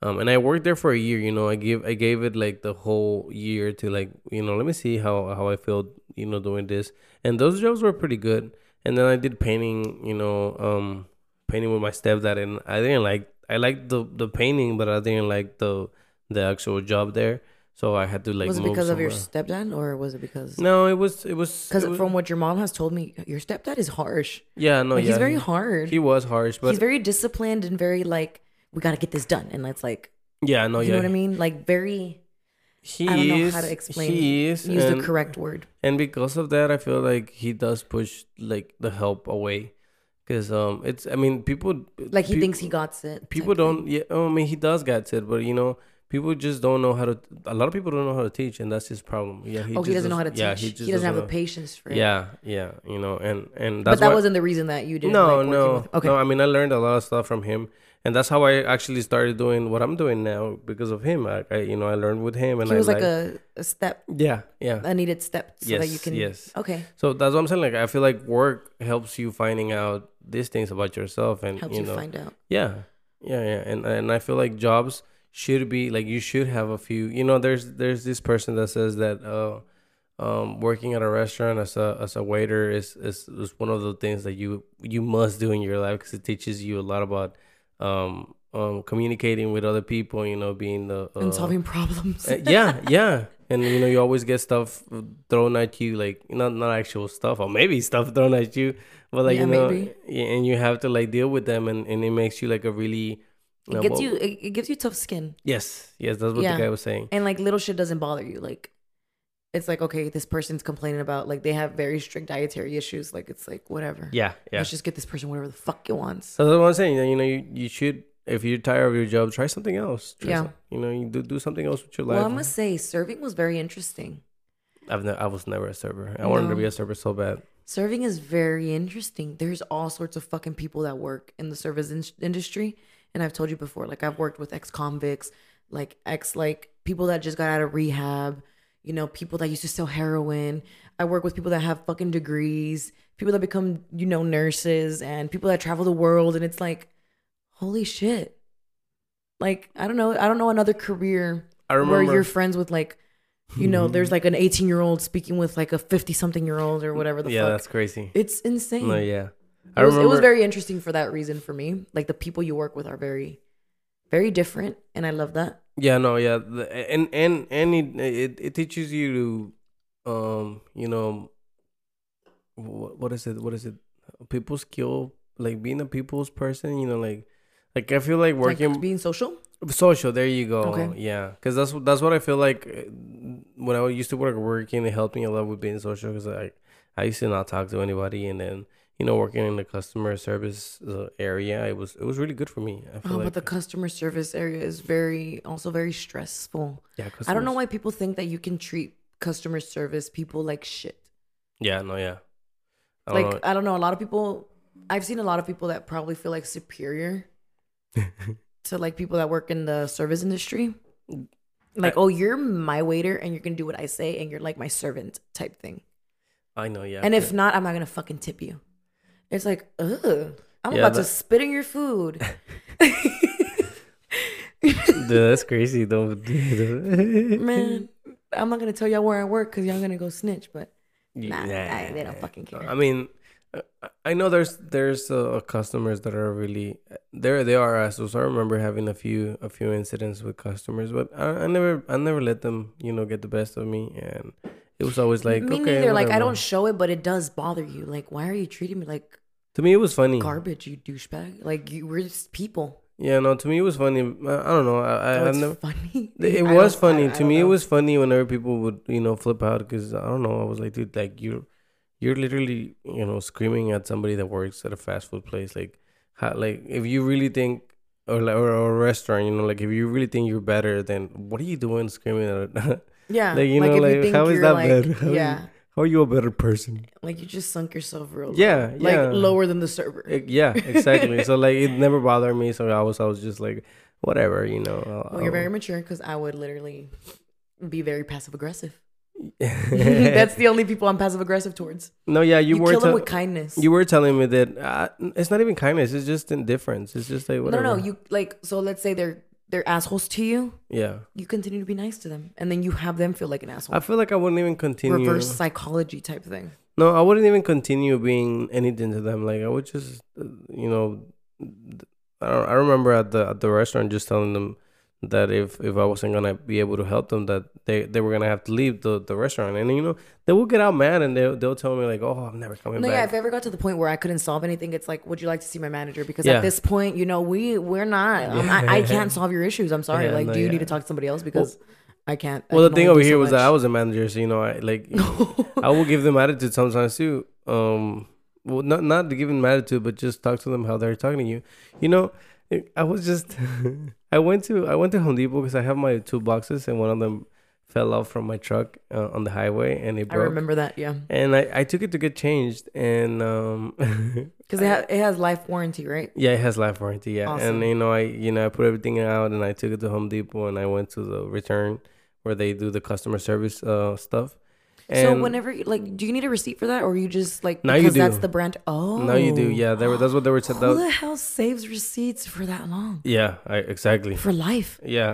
[SPEAKER 1] um and i worked there for a year you know i gave i gave it like the whole year to like you know let me see how how i feel you know doing this and those jobs were pretty good and then i did painting you know um painting with my stepdad and I didn't like I liked the the painting but I didn't like the the actual job there. So I had to like
[SPEAKER 2] was it
[SPEAKER 1] move
[SPEAKER 2] because of your
[SPEAKER 1] somewhere.
[SPEAKER 2] stepdad or was it because
[SPEAKER 1] No, it was it was
[SPEAKER 2] because
[SPEAKER 1] it was-
[SPEAKER 2] from what your mom has told me your stepdad is harsh
[SPEAKER 1] Yeah, no,
[SPEAKER 2] like,
[SPEAKER 1] yeah.
[SPEAKER 2] he's very
[SPEAKER 1] he-
[SPEAKER 2] hard
[SPEAKER 1] He was harsh, but
[SPEAKER 2] he's very disciplined and very like we got to get this done and it's like
[SPEAKER 1] yeah, no,
[SPEAKER 2] you
[SPEAKER 1] yeah.
[SPEAKER 2] know what i mean like very
[SPEAKER 1] He
[SPEAKER 2] I don't know
[SPEAKER 1] is
[SPEAKER 2] how to explain.
[SPEAKER 1] he is
[SPEAKER 2] use
[SPEAKER 1] and,
[SPEAKER 2] the correct word.
[SPEAKER 1] and because of that I feel like he does push like the help away Because um, it's I mean people
[SPEAKER 2] Like he
[SPEAKER 1] peop-
[SPEAKER 2] thinks he got it.
[SPEAKER 1] people don't yeah oh, I mean he does got it, but you know people just don't know how to. A lot of people don't know how to teach, and that's his problem. Yeah,
[SPEAKER 2] Oh, he
[SPEAKER 1] just
[SPEAKER 2] doesn't know how to teach.
[SPEAKER 1] Yeah,
[SPEAKER 2] he, doesn't, have the
[SPEAKER 1] know-
[SPEAKER 2] patience for it.
[SPEAKER 1] Yeah, yeah, you know, and and
[SPEAKER 2] but
[SPEAKER 1] that's
[SPEAKER 2] that
[SPEAKER 1] why,
[SPEAKER 2] wasn't the reason that you didn't.
[SPEAKER 1] no
[SPEAKER 2] like working
[SPEAKER 1] no
[SPEAKER 2] with him. Okay.
[SPEAKER 1] no. I mean, I learned a lot of stuff from him, and that's how I actually started doing what I'm doing now because of him. I, I you know I learned with him, and I
[SPEAKER 2] he was like a, a step,
[SPEAKER 1] yeah yeah.
[SPEAKER 2] a needed step, so that you
[SPEAKER 1] Yes,
[SPEAKER 2] can.
[SPEAKER 1] yes.
[SPEAKER 2] Okay.
[SPEAKER 1] So that's what I'm saying. Like I feel like work helps you finding out these things about yourself, and
[SPEAKER 2] Helps
[SPEAKER 1] you
[SPEAKER 2] you,
[SPEAKER 1] know
[SPEAKER 2] find out.
[SPEAKER 1] yeah, yeah, yeah, and and I feel like jobs should be like you should have a few. You know, there's there's this person that says that uh, um, working at a restaurant as a as a waiter is is, is one of the things that you you must do in your life because it teaches you a lot about um, um, communicating with other people. You know, being the uh,
[SPEAKER 2] and solving problems.
[SPEAKER 1] uh, yeah, yeah. And you know, you always get stuff thrown at you, like not not actual stuff, or maybe stuff thrown at you, but like
[SPEAKER 2] Yeah,
[SPEAKER 1] you know,
[SPEAKER 2] maybe.
[SPEAKER 1] yeah, and you have to like deal with them, and, and it makes you like a really.
[SPEAKER 2] it
[SPEAKER 1] uh,
[SPEAKER 2] gets
[SPEAKER 1] well-
[SPEAKER 2] you. It, it gives you tough skin,
[SPEAKER 1] Yes, yes, that's what
[SPEAKER 2] Yeah.
[SPEAKER 1] the guy was saying.
[SPEAKER 2] and like little shit doesn't bother you. Like, it's like okay, this person's complaining about like they have very strict dietary issues. Like it's like whatever.
[SPEAKER 1] Yeah, yeah.
[SPEAKER 2] Let's just get this person whatever the fuck it wants.
[SPEAKER 1] So that's what I'm saying. You know, you, you should if you're tired of your job, try something else. Try
[SPEAKER 2] Yeah.
[SPEAKER 1] some- you know, you do do something else with your life.
[SPEAKER 2] Well, I must say, serving was very interesting.
[SPEAKER 1] I've ne- I was never a server. I wanted to
[SPEAKER 2] No.
[SPEAKER 1] be a server so bad.
[SPEAKER 2] Serving is very interesting. There's all sorts of fucking people that work in the service in- industry, and I've told you before. Like I've worked with ex convicts, like ex like people that just got out of rehab. You know, people that used to sell heroin. I work with people that have fucking degrees, people that become you know nurses, and people that travel the world. And it's like, holy shit! Like I don't know, I don't know another career
[SPEAKER 1] I remember. Mm-hmm.
[SPEAKER 2] where you're friends with like. You know, there's like an 18 year old speaking with like a 50 something year old or whatever the
[SPEAKER 1] yeah,
[SPEAKER 2] fuck.
[SPEAKER 1] that's crazy.
[SPEAKER 2] It's insane.
[SPEAKER 1] No, yeah.
[SPEAKER 2] it, was, it was very interesting for that reason for me. Like the people you work with are very, very different, and I love that.
[SPEAKER 1] Yeah, no, yeah, the, and and and it, it it teaches you to, um, you know, what what is it? What is it? People skill, like being a people's person. You know, like like I feel like
[SPEAKER 2] Like,
[SPEAKER 1] working
[SPEAKER 2] being social.
[SPEAKER 1] social. There you go.
[SPEAKER 2] Okay.
[SPEAKER 1] Yeah, because that's what- that's what I feel like uh, when I used to work working. It helped me a lot with being social because I I used to not talk to anybody, and then you know working in the customer service uh, area, it was it was really good for me. I feel
[SPEAKER 2] Oh,
[SPEAKER 1] like
[SPEAKER 2] but the customer service area is very, also very stressful.
[SPEAKER 1] yeah,
[SPEAKER 2] I don't know
[SPEAKER 1] customers-
[SPEAKER 2] why people think that you can treat customer service people like shit.
[SPEAKER 1] Yeah, no, yeah. I don't
[SPEAKER 2] like
[SPEAKER 1] know.
[SPEAKER 2] I don't know. A lot of people, I've seen a lot of people that probably feel like superior to like people that work in the service industry.
[SPEAKER 1] Mm.
[SPEAKER 2] Like, oh, you're my waiter, and you're gonna do what I say, and you're like my servant type thing.
[SPEAKER 1] I know, yeah.
[SPEAKER 2] And if not, I'm not gonna fucking tip you. It's like, ugh, I'm
[SPEAKER 1] Yeah,
[SPEAKER 2] about to
[SPEAKER 1] that-
[SPEAKER 2] spit in your food.
[SPEAKER 1] Dude, that's crazy though.
[SPEAKER 2] Man, I'm not gonna tell y'all where I work because y'all gonna go snitch. But nah, I- they don't fucking care.
[SPEAKER 1] I mean, uh, I know there's there's uh, customers that are really there. They are assholes. I remember having a few a few incidents with customers, but I, I never I never let them you know get the best of me, and it was always like
[SPEAKER 2] me
[SPEAKER 1] okay,
[SPEAKER 2] neither. Like,
[SPEAKER 1] whatever."
[SPEAKER 2] I don't show it, but it does bother you. Like, why are you treating me like
[SPEAKER 1] To me, it was funny.
[SPEAKER 2] garbage, you douchebag? Like, you, we're just people.
[SPEAKER 1] yeah, no. To me, it was funny. I, I don't know. I, I,
[SPEAKER 2] Oh,
[SPEAKER 1] I
[SPEAKER 2] it's
[SPEAKER 1] never.
[SPEAKER 2] funny.
[SPEAKER 1] It
[SPEAKER 2] I
[SPEAKER 1] was
[SPEAKER 2] don't- I-
[SPEAKER 1] funny
[SPEAKER 2] I
[SPEAKER 1] to
[SPEAKER 2] don't
[SPEAKER 1] me. It
[SPEAKER 2] know.
[SPEAKER 1] was funny whenever people would you know flip out because I don't know. I was like, dude, like you're you're literally you know screaming at somebody that works at a fast food place. Like, how, like if you really think or like or, or a restaurant, you know, like if you really think you're better, then what are you doing screaming at?
[SPEAKER 2] yeah.
[SPEAKER 1] like, you know,
[SPEAKER 2] if
[SPEAKER 1] like,
[SPEAKER 2] think
[SPEAKER 1] how is
[SPEAKER 2] you're,
[SPEAKER 1] that bad? How is-
[SPEAKER 2] yeah,
[SPEAKER 1] How are you a better person?
[SPEAKER 2] like you just sunk yourself real. low.
[SPEAKER 1] Yeah,
[SPEAKER 2] like
[SPEAKER 1] yeah.
[SPEAKER 2] lower than the server.
[SPEAKER 1] Eh, yeah, exactly. so like it never bothered me. So I was I was just like whatever, you know. I'll-
[SPEAKER 2] Well, you're very
[SPEAKER 1] I'll-
[SPEAKER 2] mature because I would literally be very passive aggressive. That's the only people I'm passive aggressive towards.
[SPEAKER 1] no, yeah. You,
[SPEAKER 2] You,
[SPEAKER 1] were
[SPEAKER 2] kill them
[SPEAKER 1] tell-
[SPEAKER 2] with kindness.
[SPEAKER 1] You were telling me that uh, it's not even kindness; it's just indifference. It's just like
[SPEAKER 2] no,
[SPEAKER 1] whatever.
[SPEAKER 2] no, you like so. Let's say they're they're assholes to you.
[SPEAKER 1] yeah.
[SPEAKER 2] You continue to be nice to them, and then you have them feel like an asshole.
[SPEAKER 1] I feel like I wouldn't even continue.
[SPEAKER 2] Reverse psychology type thing.
[SPEAKER 1] No, I wouldn't even continue being anything to them. Like I would just, uh, you know, I, I remember at the at the restaurant just telling them that if if I wasn't gonna be able to help them, that they they were gonna have to leave the, the restaurant, and you know they will get out mad and they will they'll tell me like, oh, I'm never coming
[SPEAKER 2] No, yeah.
[SPEAKER 1] back.
[SPEAKER 2] If I ever got to the point where I couldn't solve anything, it's like, would you like to see my manager? Because
[SPEAKER 1] Yeah.
[SPEAKER 2] at this point, you know, we we're not. um, I, I can't solve your issues. I'm sorry.
[SPEAKER 1] Yeah,
[SPEAKER 2] like,
[SPEAKER 1] no,
[SPEAKER 2] do you
[SPEAKER 1] yeah.
[SPEAKER 2] need to talk to somebody else? Because I can't. I
[SPEAKER 1] well, the
[SPEAKER 2] can
[SPEAKER 1] thing
[SPEAKER 2] only
[SPEAKER 1] over
[SPEAKER 2] do so
[SPEAKER 1] here was that I
[SPEAKER 2] much.
[SPEAKER 1] was a manager, so you know, I like I will give them attitude sometimes too. Um, well, not not giving them attitude, but just talk to them how they're talking to you. You know, it- I was just I went to I went to Home Depot because I have my two boxes and one of them fell off from my truck uh, on the highway and it
[SPEAKER 3] I
[SPEAKER 1] broke.
[SPEAKER 3] remember that. Yeah,
[SPEAKER 1] And I, I took it to get changed and um
[SPEAKER 2] because it, ha- it has life warranty, right?
[SPEAKER 1] yeah, it has life warranty, yeah.
[SPEAKER 2] Awesome.
[SPEAKER 1] And you know, I you know, I put everything out and I took it to Home Depot and I went to the return where they do the customer service uh stuff.
[SPEAKER 2] so
[SPEAKER 1] And-
[SPEAKER 2] whenever, like, do you need a receipt for that, or you just like
[SPEAKER 1] Now
[SPEAKER 2] because
[SPEAKER 1] you
[SPEAKER 2] that's
[SPEAKER 1] do.
[SPEAKER 2] the brand? Oh,
[SPEAKER 1] Now you do, yeah. They were, that's what they were said.
[SPEAKER 2] Who the hell saves receipts for that long?
[SPEAKER 1] Yeah, I, exactly.
[SPEAKER 2] For life.
[SPEAKER 1] Yeah.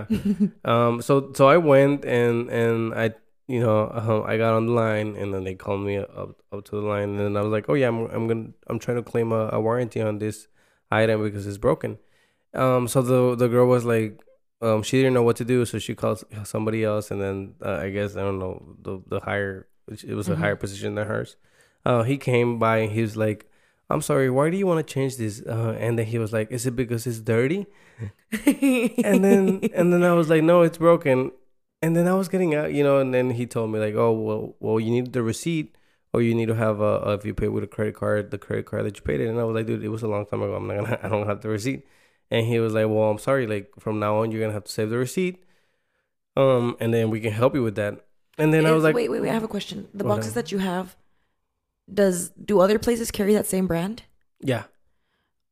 [SPEAKER 1] um. So so I went and and I you know uh, I got on the line and then they called me up up to the line and then I was like, oh yeah, I'm I'm gonna I'm trying to claim a, a warranty on this item because it's broken. Um. So the the girl was like. Um, she didn't know what to do, so she called somebody else, and then uh, I guess I don't know the the higher it was a higher position than hers. Uh, he came by and he was like, "I'm sorry, why do you want to change this?" Uh, and then he was like, "Is it because it's dirty?" and then and then I was like, no, it's broken. And then I was getting out, you know. And then he told me like, oh well, well you need the receipt, or you need to have a, a if you pay with a credit card, the credit card that you paid it. And I was like, dude, it was a long time ago. I'm not gonna, I don't have the receipt. And he was like, well, I'm sorry. Like from now on, you're gonna have to save the receipt. Um, and then we can help you with that. And then I was like,
[SPEAKER 2] wait, wait, wait. I have a question. The
[SPEAKER 1] What
[SPEAKER 2] boxes
[SPEAKER 1] now?
[SPEAKER 2] that you have, does do other places carry that same brand?
[SPEAKER 1] yeah,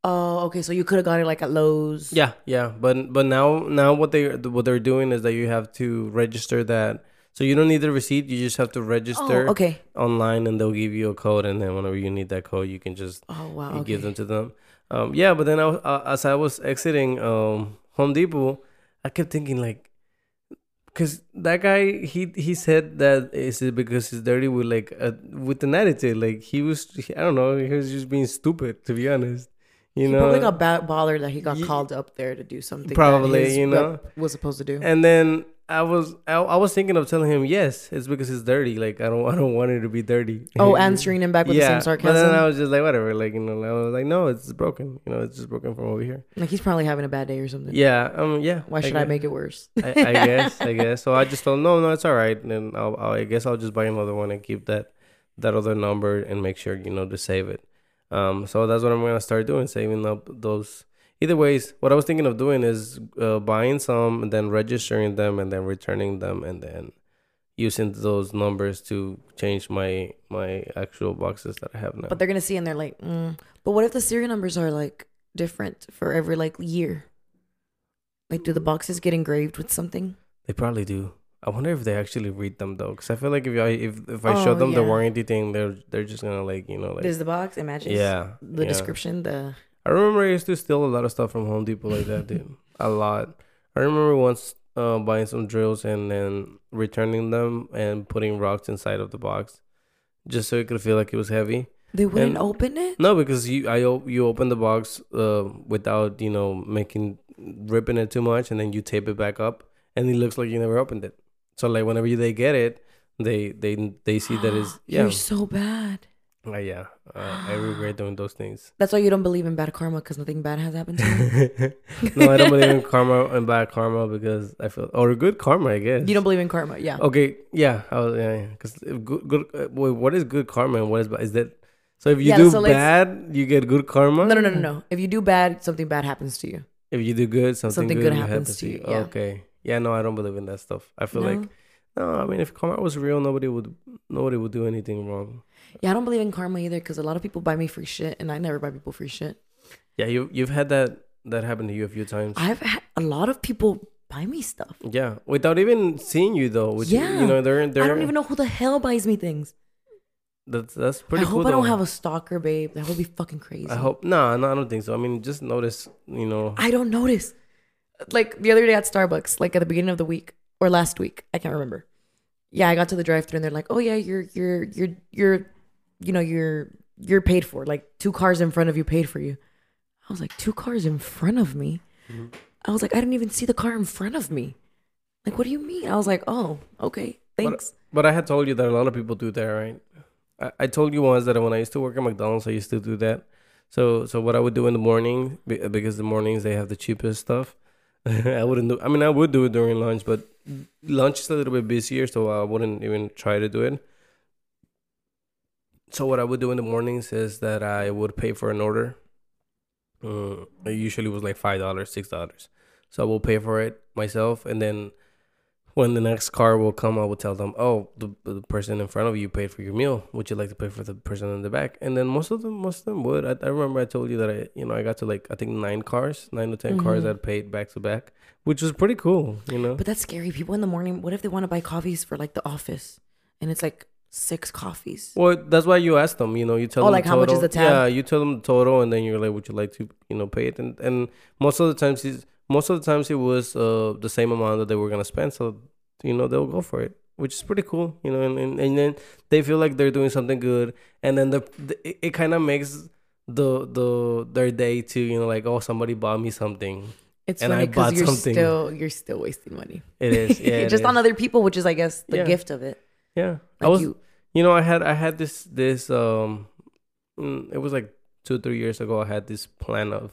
[SPEAKER 2] Oh, okay. So you could have got it like at Lowe's.
[SPEAKER 1] Yeah, yeah, but but now now what they what they're doing is that you have to register that. So you don't need the receipt. You just have to
[SPEAKER 2] Oh,
[SPEAKER 1] register
[SPEAKER 2] okay.
[SPEAKER 1] online, and they'll give you a code. And then whenever you need that code, you can just
[SPEAKER 2] Oh wow.
[SPEAKER 1] you
[SPEAKER 2] okay.
[SPEAKER 1] give them to them. Um, yeah, but then I was, uh, as I was exiting um, Home Depot, I kept thinking like, because that guy he he said that is it because he's dirty with like a, with an attitude like he was I don't know he was just being stupid to be honest. You
[SPEAKER 2] he
[SPEAKER 1] know,
[SPEAKER 2] probably got ba- bothered that he got
[SPEAKER 1] Ye-
[SPEAKER 2] called up there to do something. that
[SPEAKER 1] Probably,
[SPEAKER 2] his
[SPEAKER 1] you know.
[SPEAKER 2] rep was supposed to do.
[SPEAKER 1] And then I was I, I was thinking of telling him yes, it's because it's dirty. Like I don't I don't want it to be dirty.
[SPEAKER 2] oh, answering him back with the same sarcasm.
[SPEAKER 1] But then I was just like whatever. Like you know, I was like no, it's broken. You know, it's just broken from over here.
[SPEAKER 2] like he's probably having a bad day or something.
[SPEAKER 1] Yeah. Um. Yeah.
[SPEAKER 2] Why should I,
[SPEAKER 1] guess-
[SPEAKER 2] make it worse?
[SPEAKER 1] I, I guess. I guess. So I just told him, no, no, it's all right. And then I'll, I'll I guess I'll just buy another one and keep that that other number and make sure you know to save it. Um. So that's what I'm gonna start doing, saving up those. Either ways, what I was thinking of doing is uh, buying some, and then registering them, and then returning them, and then using those numbers to change my my actual boxes that I have now.
[SPEAKER 2] But they're gonna see and they're like, mm. but what if the serial numbers are like different for every like year? Like, do the boxes get engraved with something?
[SPEAKER 1] They probably do. I wonder if they actually read them though, because I feel like if I if if I
[SPEAKER 2] Oh,
[SPEAKER 1] show them the
[SPEAKER 2] yeah.
[SPEAKER 1] warranty thing, they're they're just gonna like you know like
[SPEAKER 2] Does the box imagine?
[SPEAKER 1] yeah
[SPEAKER 2] The
[SPEAKER 1] yeah.
[SPEAKER 2] description, the
[SPEAKER 1] I remember I used to steal a lot of stuff from Home Depot like that, dude. A lot. I remember once uh, buying some drills and then returning them and putting rocks inside of the box, just so it could feel like it was heavy.
[SPEAKER 2] they wouldn't
[SPEAKER 1] And-
[SPEAKER 2] open it.
[SPEAKER 1] No, because you I op- you open the box uh, without you know making ripping it too much, and then you tape it back up, and it looks like you never opened it. So like whenever you, they get it, they they they see that it's yeah
[SPEAKER 2] You're so bad.
[SPEAKER 1] Uh, yeah. Uh, I regret doing those things.
[SPEAKER 2] That's why you don't believe in bad karma because nothing bad has happened to you.
[SPEAKER 1] no, I don't believe in karma and bad karma because I feel or good karma, I guess.
[SPEAKER 2] You don't believe in karma, yeah.
[SPEAKER 1] Okay, yeah, oh, yeah, because good, good. uh, Wait, what is good karma and what is bad? Is that so? If you
[SPEAKER 2] Yeah,
[SPEAKER 1] do
[SPEAKER 2] so let's-
[SPEAKER 1] bad, you get good karma.
[SPEAKER 2] No, no, no, no, no. If you do bad, something bad happens to you.
[SPEAKER 1] If you do good, something,
[SPEAKER 2] Something
[SPEAKER 1] good,
[SPEAKER 2] good
[SPEAKER 1] happens,
[SPEAKER 2] happens
[SPEAKER 1] to
[SPEAKER 2] to
[SPEAKER 1] you.
[SPEAKER 2] you, yeah.
[SPEAKER 1] Okay. Yeah, no, I don't believe in that stuff. I feel
[SPEAKER 2] No?
[SPEAKER 1] like no. I mean, if karma was real, nobody would nobody would do anything wrong.
[SPEAKER 2] Yeah, I don't believe in karma either because a lot of people buy me free shit and I never buy people free shit.
[SPEAKER 1] Yeah, you you've had that that happen to you a few times.
[SPEAKER 2] I've had a lot of people buy me stuff.
[SPEAKER 1] yeah, without even seeing you though. Which,
[SPEAKER 2] Yeah.
[SPEAKER 1] you know they're they're
[SPEAKER 2] I don't even know who the hell buys me things.
[SPEAKER 1] that's that's pretty.
[SPEAKER 2] I
[SPEAKER 1] cool,
[SPEAKER 2] hope I don't
[SPEAKER 1] though.
[SPEAKER 2] have a stalker, babe. That would be fucking crazy.
[SPEAKER 1] I hope no, no, I don't think so. I mean, just notice, you know.
[SPEAKER 2] I don't notice. Like the other day at Starbucks, like at the beginning of the week or last week, I can't remember. Yeah, I got to the drive-through and they're like, "Oh yeah, you're you're you're you're, you know, you're you're paid for. Like two cars in front of you paid for you." I was like, two cars in front of me."
[SPEAKER 1] Mm-hmm.
[SPEAKER 2] I was like, "I didn't even see the car in front of me." Like, what do you mean? I was like, "Oh, okay, thanks."
[SPEAKER 1] But uh, I had told you that a lot of people do that, right? I, I told you once that when I used to work at McDonald's, I used to do that. So, so what I would do in the morning, be- because the mornings they have the cheapest stuff. I wouldn't do. I mean, I would do it during lunch, but lunch is a little bit busier, so I wouldn't even try to do it. so what I would do in the mornings is that I would pay for an order. Uh, it usually was like five dollars, six dollars. So I will pay for it myself, and then when the next car will come, I will tell them, "Oh, the, the person in front of you paid for your meal. Would you like to pay for the person in the back?" And then most of them, most of them would. I, I remember I told you that I, you know, I got to like I think nine cars, nine to 10 cars that paid back to back, which was pretty cool, you know.
[SPEAKER 2] But that's scary. People in the morning, what if they want to buy coffees for like the office and it's like six coffees?
[SPEAKER 1] Well, that's why you ask them. You know, you tell
[SPEAKER 2] Oh,
[SPEAKER 1] them
[SPEAKER 2] like,
[SPEAKER 1] the
[SPEAKER 2] how much is
[SPEAKER 1] total.
[SPEAKER 2] the tab?
[SPEAKER 1] Yeah, you tell them the total, and then you're like, "Would you like to, you know, pay it?" And and most of the times, it's, most of the times it was uh, the same amount that they were gonna spend, so you know they'll go for it, which is pretty cool. You know, and and, and then they feel like they're doing something good, and then the, the it, it kind of makes the the their day to you know like oh somebody bought me something.
[SPEAKER 2] It's
[SPEAKER 1] And
[SPEAKER 2] funny
[SPEAKER 1] I bought
[SPEAKER 2] because you're
[SPEAKER 1] something.
[SPEAKER 2] still you're still wasting money.
[SPEAKER 1] It is yeah, it
[SPEAKER 2] just on
[SPEAKER 1] is.
[SPEAKER 2] other people, which is I guess the
[SPEAKER 1] Yeah.
[SPEAKER 2] gift of it.
[SPEAKER 1] yeah. I
[SPEAKER 2] Like
[SPEAKER 1] was
[SPEAKER 2] you-
[SPEAKER 1] you know i had i had this this um mm, it was like two three years ago i had this plan of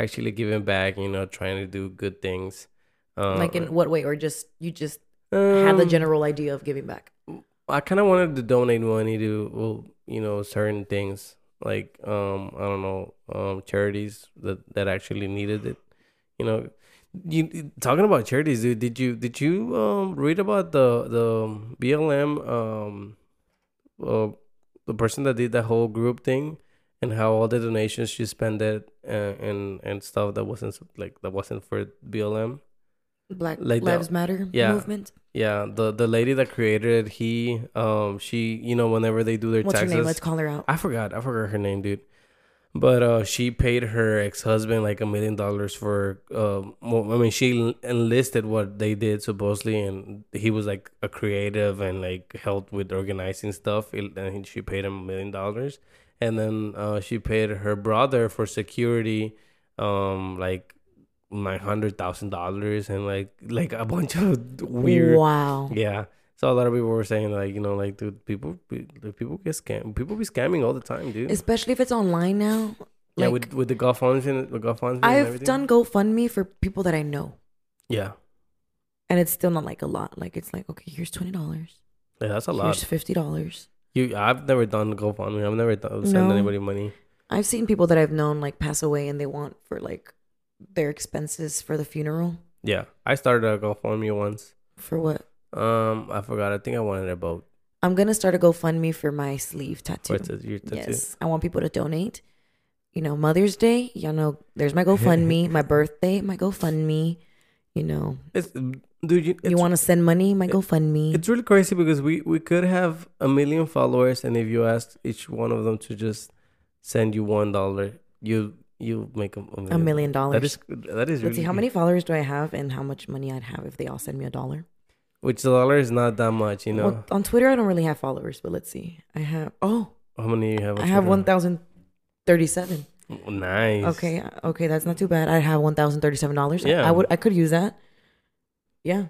[SPEAKER 1] actually giving back you know trying to do good things um,
[SPEAKER 2] like in what way? Or just you just had the
[SPEAKER 1] um,
[SPEAKER 2] general idea of giving back.
[SPEAKER 1] i kind of wanted to donate money to well, you know certain things like um i don't know um charities that that actually needed it you know you talking about charities dude did you did you um read about the the blm um uh, the person that did that whole group thing and how all the donations she spent it uh, and and stuff that wasn't like that wasn't for blm
[SPEAKER 2] Black
[SPEAKER 1] like the-
[SPEAKER 2] Lives Matter
[SPEAKER 1] yeah.
[SPEAKER 2] movement.
[SPEAKER 1] yeah the the lady that created it he um she you know whenever they do their
[SPEAKER 2] What's
[SPEAKER 1] taxes
[SPEAKER 2] her name? Let's call her out.
[SPEAKER 1] I forgot. I forgot her name, dude. But uh, she paid her ex husband like a million dollars for. Um, well, I mean, she enlisted what they did supposedly, and he was like a creative and like helped with organizing stuff. it- And she paid him a million dollars, and then uh, she paid her brother for security, um, like nine hundred thousand dollars, and like like a bunch of weird
[SPEAKER 2] Wow.
[SPEAKER 1] yeah. So a lot of people were saying like, you know, like dude, people be- like, people get scam people be scamming all the time, dude.
[SPEAKER 2] Especially if it's online now.
[SPEAKER 1] yeah,
[SPEAKER 2] Like,
[SPEAKER 1] with with the GoFundMe and the GoFundMe and
[SPEAKER 2] I've
[SPEAKER 1] everything.
[SPEAKER 2] done GoFundMe for people that I know.
[SPEAKER 1] Yeah.
[SPEAKER 2] And it's still not like a lot. Like it's like, okay, here's twenty dollars.
[SPEAKER 1] Yeah, that's a
[SPEAKER 2] Here's
[SPEAKER 1] lot.
[SPEAKER 2] fifty dollars.
[SPEAKER 1] You I've never done GoFundMe. I've never done, sent
[SPEAKER 2] No.
[SPEAKER 1] anybody money.
[SPEAKER 2] I've seen people that I've known like pass away and they want for like their expenses for the funeral.
[SPEAKER 1] Yeah. I started a GoFundMe once.
[SPEAKER 2] For what?
[SPEAKER 1] Um, I forgot. I think I wanted a boat
[SPEAKER 2] I'm gonna start a GoFundMe for my sleeve
[SPEAKER 1] for
[SPEAKER 2] tattoo.
[SPEAKER 1] it to- your tattoo.
[SPEAKER 2] Yes. I want people to donate. You know, Mother's Day, y'all know there's my GoFundMe, my birthday, my GoFundMe. You know,
[SPEAKER 1] It's dude, you, it's,
[SPEAKER 2] you want to send money, my
[SPEAKER 1] it-
[SPEAKER 2] GoFundMe.
[SPEAKER 1] it's really crazy because we we could have a million followers and if you asked each one of them to just send you one dollar, you you make a,
[SPEAKER 2] A million dollars.
[SPEAKER 1] That is that is
[SPEAKER 2] Let's see
[SPEAKER 1] really
[SPEAKER 2] how
[SPEAKER 1] good.
[SPEAKER 2] many followers do I have and how much money I'd have if they all send me a dollar.
[SPEAKER 1] Which the dollar is not that much, you know.
[SPEAKER 2] Well, on Twitter, I don't really have followers, but let's see. I have oh,
[SPEAKER 1] how many you have? on
[SPEAKER 2] I have
[SPEAKER 1] Twitter?
[SPEAKER 2] one thousand thirty-seven.
[SPEAKER 1] Oh, Nice.
[SPEAKER 2] Okay, uh, okay, that's not too bad. I'd have one thousand thirty-seven dollars. Yeah,
[SPEAKER 1] Yeah.
[SPEAKER 2] I would. I could use that. Yeah,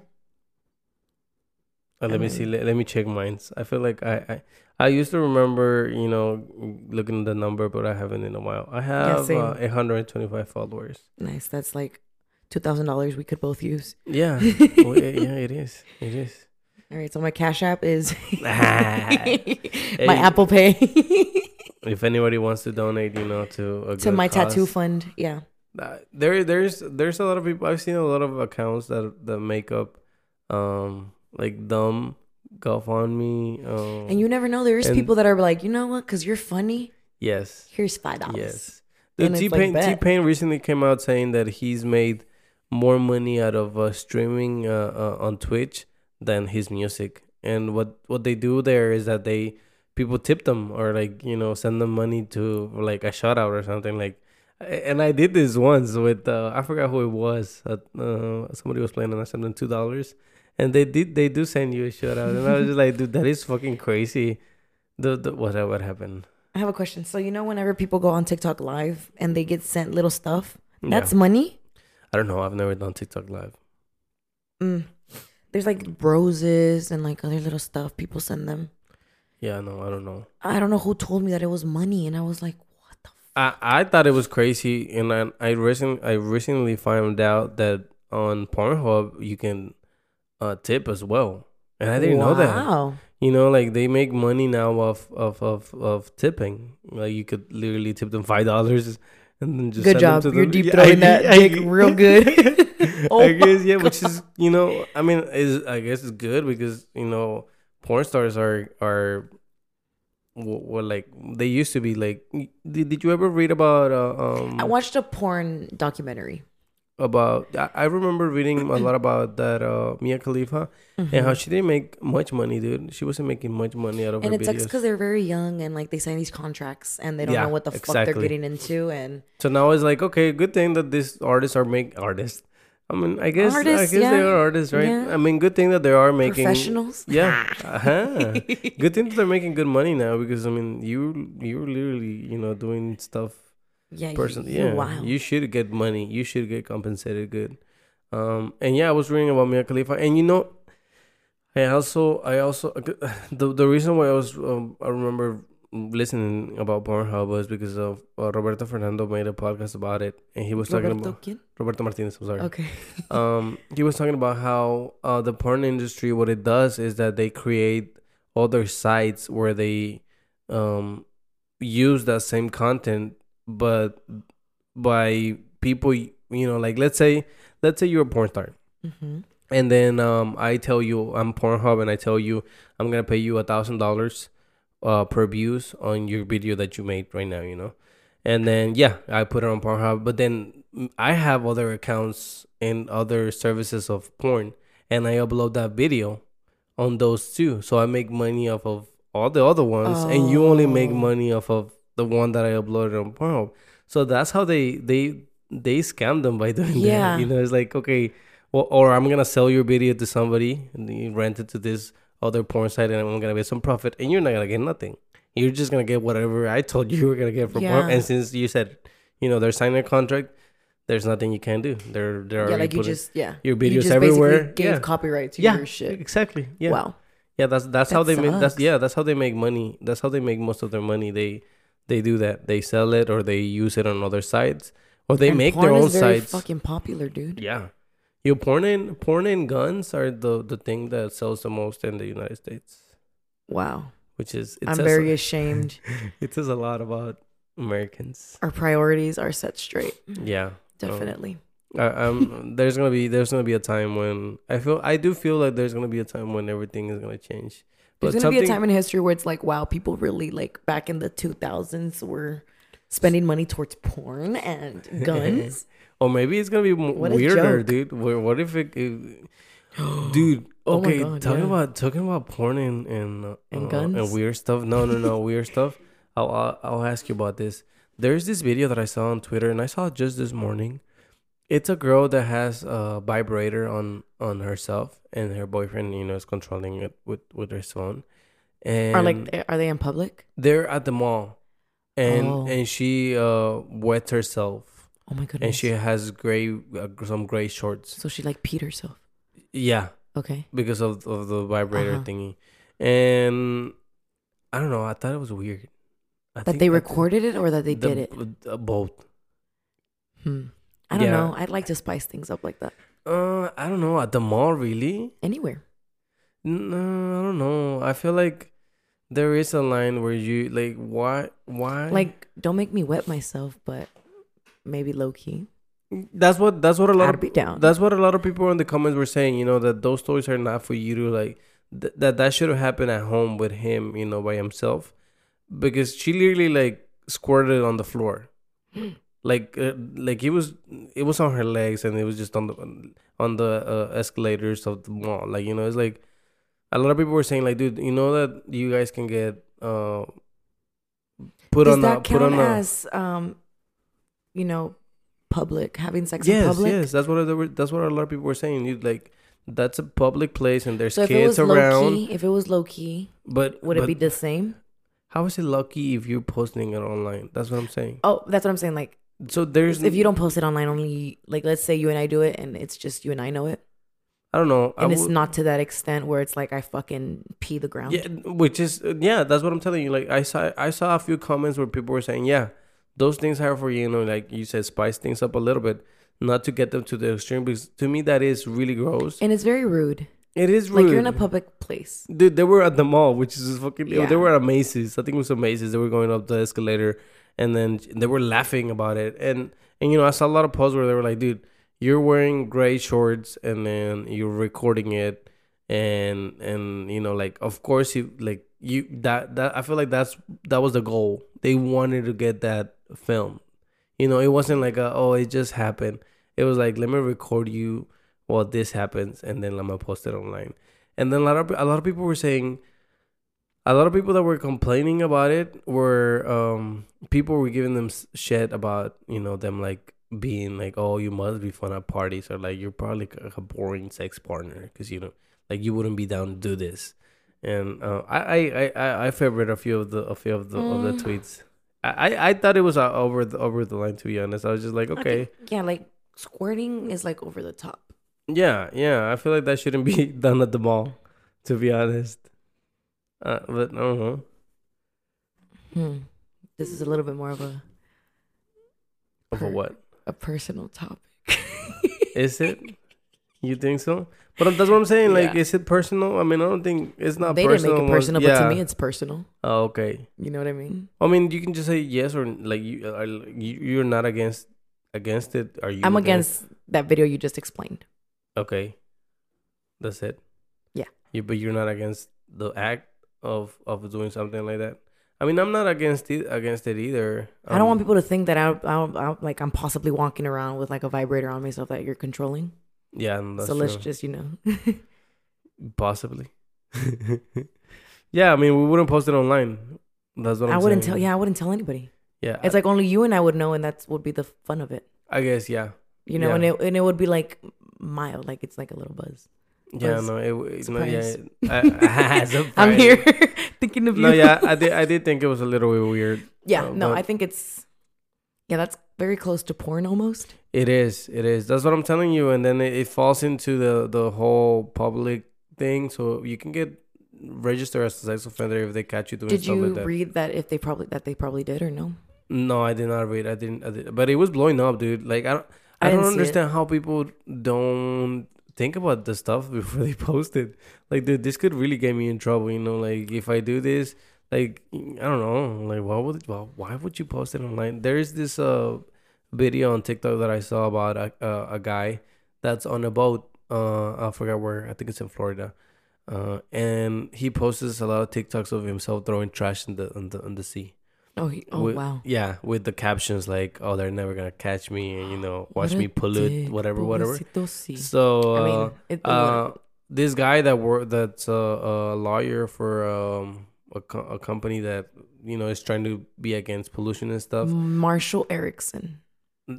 [SPEAKER 1] Uh, let me
[SPEAKER 2] Um,
[SPEAKER 1] see. Let, let me check mines. I feel like I, I I used to remember, you know, looking at the number, but I haven't in a while. I have
[SPEAKER 2] same.
[SPEAKER 1] uh, 825 followers.
[SPEAKER 2] nice. That's like two thousand dollars we could both use.
[SPEAKER 1] Yeah. Well, Oh, yeah, yeah, it is. It is.
[SPEAKER 2] All right, so my Cash App is
[SPEAKER 1] Ah.
[SPEAKER 2] my
[SPEAKER 1] Hey.
[SPEAKER 2] Apple Pay
[SPEAKER 1] If anybody wants to donate, you know, to a
[SPEAKER 2] to
[SPEAKER 1] good
[SPEAKER 2] my tattoo
[SPEAKER 1] cause,
[SPEAKER 2] fund. Yeah,
[SPEAKER 1] Uh, there there's there's a lot of people I've seen a lot of accounts that that make up um like dumb GoFundMe um
[SPEAKER 2] and you never know. There's
[SPEAKER 1] And-
[SPEAKER 2] people that are like, you know what? Because you're funny.
[SPEAKER 1] yes
[SPEAKER 2] Here's five dollars.
[SPEAKER 1] yes
[SPEAKER 2] And it's
[SPEAKER 1] T
[SPEAKER 2] like,
[SPEAKER 1] Pain T
[SPEAKER 2] bet.
[SPEAKER 1] Pain recently came out saying that he's made more money out of uh, streaming uh, uh, on Twitch than his music and what what they do there is that they people tip them or like you know send them money to like a shout out or something like and I did this once with uh, I forgot who it was. Uh, uh, somebody was playing and I sent them two dollars, and they did they do send you a shout out, and I was just like, dude, that is fucking crazy. The, the what what happened?
[SPEAKER 2] I have a question. So you know, whenever people go on TikTok live and they get sent little stuff,
[SPEAKER 1] Yeah.
[SPEAKER 2] that's money.
[SPEAKER 1] I don't know. I've never done TikTok live.
[SPEAKER 2] Mm. There's like roses and like other little stuff people send them.
[SPEAKER 1] Yeah, no, I don't know.
[SPEAKER 2] I don't know who told me that it was money, and I was like, "What the? F-?
[SPEAKER 1] I I thought it was crazy, and I I recent I recently found out that on Pornhub you can uh, tip as well. and I didn't know that.
[SPEAKER 2] Wow.
[SPEAKER 1] You know, like they make money now off of of of tipping. Like you could literally tip them five dollars and then just
[SPEAKER 2] Good
[SPEAKER 1] send
[SPEAKER 2] job.
[SPEAKER 1] Them to
[SPEAKER 2] You're
[SPEAKER 1] them.
[SPEAKER 2] deep
[SPEAKER 1] Yeah,
[SPEAKER 2] throwing
[SPEAKER 1] I-
[SPEAKER 2] that
[SPEAKER 1] I-
[SPEAKER 2] dick real good. Oh
[SPEAKER 1] I
[SPEAKER 2] my
[SPEAKER 1] guess yeah, which is you know, I mean, is I guess it's good because you know, porn stars are are were, were like they used to be like. Did, did you ever read about uh, um
[SPEAKER 2] I watched a porn documentary.
[SPEAKER 1] about I, I remember reading a lot about that uh Mia Khalifa and
[SPEAKER 2] Mm-hmm.
[SPEAKER 1] how she didn't make much money, dude. She wasn't making much money out of
[SPEAKER 2] And
[SPEAKER 1] her
[SPEAKER 2] it sucks
[SPEAKER 1] videos.
[SPEAKER 2] because they're very young and like they sign these contracts and they don't
[SPEAKER 1] Yeah,
[SPEAKER 2] know what the fuck
[SPEAKER 1] exactly.
[SPEAKER 2] they're getting into. And
[SPEAKER 1] So now it's like, okay, good thing that these artists are make artists. I mean, I guess I
[SPEAKER 2] Artists,
[SPEAKER 1] guess they
[SPEAKER 2] yeah.
[SPEAKER 1] are artists, right?
[SPEAKER 2] Yeah.
[SPEAKER 1] I mean, good thing that they are making
[SPEAKER 2] professionals.
[SPEAKER 1] Yeah. uh-huh. Good thing that they're making good money now because I mean, you you're literally, you know, doing stuff
[SPEAKER 2] yeah,
[SPEAKER 1] person.
[SPEAKER 2] you,
[SPEAKER 1] Yeah.
[SPEAKER 2] yeah. Wow.
[SPEAKER 1] You should get money. You should get compensated good. Um and yeah, I was reading about Mia Khalifa and you know I also I also uh, the the reason why I was um, I remember listening about Pornhub was because of uh, Roberto Fernando made a podcast about it and he was talking
[SPEAKER 2] Roberto
[SPEAKER 1] about
[SPEAKER 2] Kin?
[SPEAKER 1] Roberto Martinez, I'm sorry
[SPEAKER 2] Okay.
[SPEAKER 1] um, he was talking about how uh, the porn industry, what it does is that they create other sites where they um, use that same content, but by people, you know, like let's say, let's say you're a porn star,
[SPEAKER 2] Mhm.
[SPEAKER 1] and then um, I tell you I'm Pornhub, and I tell you I'm gonna pay you a thousand dollars uh per views on your video that you made right now, you know. And then yeah, I put it on Pornhub, but then mm, I have other accounts and other services of porn, and I upload that video on those too. So I make money off of all the other ones, and you only make
[SPEAKER 2] Oh.
[SPEAKER 1] money off of the one that I uploaded on Pornhub. So that's how they they they scam them by doing
[SPEAKER 2] Yeah.
[SPEAKER 1] that. You know, it's like okay, well, or I'm gonna sell your video to somebody and you rent it to this other porn site, and I'm gonna get some profit, and you're not gonna get nothing. You're just gonna get whatever I told you you were gonna get from porn.
[SPEAKER 2] Yeah.
[SPEAKER 1] And since you said, you know, they're signing a contract, there's nothing you can do. They're they're
[SPEAKER 2] Yeah, like
[SPEAKER 1] already
[SPEAKER 2] you
[SPEAKER 1] putting-
[SPEAKER 2] just yeah.
[SPEAKER 1] your
[SPEAKER 2] you
[SPEAKER 1] videos
[SPEAKER 2] just
[SPEAKER 1] everywhere.
[SPEAKER 2] Basically gave
[SPEAKER 1] Yeah,
[SPEAKER 2] copyright to
[SPEAKER 1] Yeah.
[SPEAKER 2] your shit.
[SPEAKER 1] exactly. Yeah.
[SPEAKER 2] Wow.
[SPEAKER 1] Yeah, that's that's how
[SPEAKER 2] That
[SPEAKER 1] they make that's
[SPEAKER 2] sucks.
[SPEAKER 1] yeah, that's how they make money. That's how they make most of their money. They they do that. They sell it or they use it on other sites or they
[SPEAKER 2] And
[SPEAKER 1] make their
[SPEAKER 2] porn
[SPEAKER 1] own
[SPEAKER 2] is very
[SPEAKER 1] sites.
[SPEAKER 2] Fucking popular, dude.
[SPEAKER 1] Yeah. Yo, porn and porn and guns are the the thing that sells the most in the United States,
[SPEAKER 2] Wow.
[SPEAKER 1] which is it
[SPEAKER 2] I'm
[SPEAKER 1] says
[SPEAKER 2] very ashamed.
[SPEAKER 1] it says a lot about Americans.
[SPEAKER 2] Our priorities are set straight.
[SPEAKER 1] Yeah.
[SPEAKER 2] Definitely.
[SPEAKER 1] I, um, there's gonna be there's gonna be a time when I feel I do feel like there's gonna be a time when everything is gonna change.
[SPEAKER 2] There's gonna be a time in history where it's like, wow, people really like back in the 2000s were spending money towards porn and guns.
[SPEAKER 1] Or maybe it's gonna be m-
[SPEAKER 2] What a
[SPEAKER 1] weirder,
[SPEAKER 2] joke.
[SPEAKER 1] dude. Wha- What if it, it- dude?
[SPEAKER 2] Oh my
[SPEAKER 1] Okay,
[SPEAKER 2] God,
[SPEAKER 1] talking
[SPEAKER 2] yeah.
[SPEAKER 1] about talking about porn and and, uh,
[SPEAKER 2] And
[SPEAKER 1] uh, and
[SPEAKER 2] guns?
[SPEAKER 1] weird stuff. No, no, no, weird stuff. I'll, I'll I'll ask you about this. There's this video that I saw on Twitter, and I saw it just this morning. It's a girl that has a vibrator on on herself, and her boyfriend, you know, is controlling it with with his phone. And
[SPEAKER 2] are like, they- are they in public?
[SPEAKER 1] they're at the mall, and
[SPEAKER 2] Oh.
[SPEAKER 1] and she uh wets herself
[SPEAKER 2] Oh my goodness.
[SPEAKER 1] and she has gray uh, some gray shorts.
[SPEAKER 2] so she like peed herself.
[SPEAKER 1] Yeah,
[SPEAKER 2] Okay.
[SPEAKER 1] because of of the vibrator
[SPEAKER 2] Uh-huh.
[SPEAKER 1] thingy, and I don't know. I thought it was weird I think-
[SPEAKER 2] That they
[SPEAKER 1] I think
[SPEAKER 2] recorded it or that they
[SPEAKER 1] the-
[SPEAKER 2] did it?
[SPEAKER 1] uh, both.
[SPEAKER 2] Hmm. I don't
[SPEAKER 1] Yeah.
[SPEAKER 2] know. I'd like to spice things up like that.
[SPEAKER 1] Uh, I don't know. At the mall, really?
[SPEAKER 2] Anywhere.
[SPEAKER 1] No, I don't know. I feel like there is a line where you like why why
[SPEAKER 2] Like, don't make me wet myself, but maybe low key.
[SPEAKER 1] that's what that's what a lot
[SPEAKER 2] I'd
[SPEAKER 1] of
[SPEAKER 2] be down.
[SPEAKER 1] That's what a lot of people in the comments were saying. You know that those toys are not for you to like. Th- that that should have happened at home with him. You know by himself, because she literally like squirted on the floor, like uh, like it was it was on her legs and it was just on the on the uh, escalators of the mall. Like you know it's like a lot of people were saying like, dude, you know that you guys can get uh put
[SPEAKER 2] Does
[SPEAKER 1] on
[SPEAKER 2] that
[SPEAKER 1] a put
[SPEAKER 2] count
[SPEAKER 1] on a
[SPEAKER 2] as, um, you know, public having sex
[SPEAKER 1] yes,
[SPEAKER 2] in public?
[SPEAKER 1] Yes, that's what they were, that's what a lot of people were saying. You like that's a public place and there's
[SPEAKER 2] So if it
[SPEAKER 1] kids
[SPEAKER 2] was
[SPEAKER 1] around.
[SPEAKER 2] low key, if it was low key,
[SPEAKER 1] But
[SPEAKER 2] would
[SPEAKER 1] but
[SPEAKER 2] it be the same?
[SPEAKER 1] how is it lucky if you're posting it online? That's what I'm saying.
[SPEAKER 2] Oh, that's what I'm saying. Like,
[SPEAKER 1] So there's
[SPEAKER 2] if you don't post it online, only like let's say you and I do it, and it's just you and I know it,
[SPEAKER 1] I don't know. I
[SPEAKER 2] and it's
[SPEAKER 1] would-
[SPEAKER 2] not to that extent where it's like I fucking pee the ground.
[SPEAKER 1] yeah, which is yeah, that's what I'm telling you. Like I saw I saw a few comments where people were saying, yeah, those things are for you know, like you said, spice things up a little bit, not to get them to the extreme. Because to me, that is really gross.
[SPEAKER 2] And it's very rude.
[SPEAKER 1] It is rude.
[SPEAKER 4] Like you're in a public place.
[SPEAKER 1] Dude, they were at the mall, which is just fucking. oh,
[SPEAKER 4] Yeah.
[SPEAKER 1] They were at Macy's. I think it was at Macy's. They were going up the escalator, and then they were laughing about it. And and you know, I saw a lot of posts where they were like, "Dude, you're wearing gray shorts, and then you're recording it, and and you know, like, of course you like you that that I feel like that's that was the goal. They wanted to get that film. You know, it wasn't like a, oh, it just happened. It was like let me record you while this happens, and then let me post it online. And then a lot of a lot of people were saying, a lot of people that were complaining about it were um, people were giving them s- shit about you know them like being like oh you must be fun at parties or like you're probably like a boring sex partner because you know like you wouldn't be down to do this. And uh, I I I- I I favored a few of the a few of the of the
[SPEAKER 4] Mm.
[SPEAKER 1] tweets. I, I- I thought it was uh, over the over the line to be honest. I was just like
[SPEAKER 4] I
[SPEAKER 1] okay.
[SPEAKER 4] think- yeah, like squirting is like over the top.
[SPEAKER 1] Yeah, yeah. I feel like that shouldn't be done at the mall, to be honest. Uh, but uh-huh.
[SPEAKER 4] Hmm. This is a little bit more of a
[SPEAKER 1] Over
[SPEAKER 4] Per-
[SPEAKER 1] what
[SPEAKER 4] a personal topic.
[SPEAKER 1] is it? You think so? But that's what I'm saying. Like,
[SPEAKER 4] Yeah.
[SPEAKER 1] is it personal? I mean, I don't think it's not.
[SPEAKER 2] they didn't
[SPEAKER 1] personal
[SPEAKER 2] make it
[SPEAKER 1] once-
[SPEAKER 2] personal,
[SPEAKER 1] yeah.
[SPEAKER 2] but to me, it's personal.
[SPEAKER 1] Oh, okay.
[SPEAKER 2] You know what I mean?
[SPEAKER 1] I mean, you can just say yes or n- like you. uh, Are, you you're not against against it. Are you?
[SPEAKER 2] I'm against that video you just explained.
[SPEAKER 1] Okay, that's it.
[SPEAKER 2] Yeah.
[SPEAKER 1] You, but you're not against the act of of doing something like that. I mean, I'm not against it against it either.
[SPEAKER 2] I don't want
[SPEAKER 1] Um,
[SPEAKER 2] people to think that I, I, I like I'm possibly walking around with like a vibrator on myself that you're controlling.
[SPEAKER 1] Yeah, and that's
[SPEAKER 2] so let's
[SPEAKER 1] true.
[SPEAKER 2] just you know,
[SPEAKER 1] possibly. yeah, I mean, we wouldn't post it online. That's what I'm
[SPEAKER 2] I wouldn't
[SPEAKER 1] saying.
[SPEAKER 2] tell. Yeah, I wouldn't tell anybody.
[SPEAKER 1] yeah.
[SPEAKER 2] It's like only you and I would know, and that would be the fun of it.
[SPEAKER 1] I guess yeah,
[SPEAKER 2] You know,
[SPEAKER 1] Yeah.
[SPEAKER 2] and it and it would be like mild, like it's like a little buzz.
[SPEAKER 1] yeah.
[SPEAKER 2] Buzz.
[SPEAKER 1] No, it, it's not. Yeah,
[SPEAKER 2] Surprise.
[SPEAKER 1] I, ah,
[SPEAKER 2] I'm here thinking of you.
[SPEAKER 1] No, yeah, I did. I did think it was a little bit weird.
[SPEAKER 2] Yeah,
[SPEAKER 1] Uh,
[SPEAKER 2] no,
[SPEAKER 1] but-
[SPEAKER 2] I think it's yeah, that's very close to porn almost.
[SPEAKER 1] It is. It is. That's what I'm telling you. And then it, it falls into the the whole public thing. So you can get registered as a sex offender if they catch you doing
[SPEAKER 2] Did
[SPEAKER 1] stuff
[SPEAKER 2] you
[SPEAKER 1] like that.
[SPEAKER 2] read that if they probably that they probably did or no?
[SPEAKER 1] No, I did not read. I didn't. I did, but it was blowing up, dude. Like I don't.
[SPEAKER 2] I
[SPEAKER 1] I, don't
[SPEAKER 2] didn't see it.
[SPEAKER 1] understand how people don't think about the stuff before they post it. Like, dude, this could really get me in trouble. You know, like if I do this, like I don't know, like why would why, why would you post it online? There is this uh video on TikTok that I saw about a uh, a guy that's on a boat. Uh, I forgot where. I think it's in Florida. Uh, and he posts a lot of TikToks of himself throwing trash in the in the, in the sea.
[SPEAKER 2] Oh, he, oh
[SPEAKER 1] Wi-
[SPEAKER 2] wow.
[SPEAKER 1] Yeah, with the captions like, "Oh, they're never gonna catch me," and you know, "Watch
[SPEAKER 2] What a
[SPEAKER 1] me pollute,"
[SPEAKER 2] dick,
[SPEAKER 1] whatever, whatever.
[SPEAKER 2] pobrecito sí.
[SPEAKER 1] So,
[SPEAKER 2] I
[SPEAKER 1] uh,
[SPEAKER 2] mean, it,
[SPEAKER 1] uh, this guy that work that's a, a lawyer for um, a, co- a company that you know is trying to be against pollution and stuff.
[SPEAKER 2] Marshall Erickson.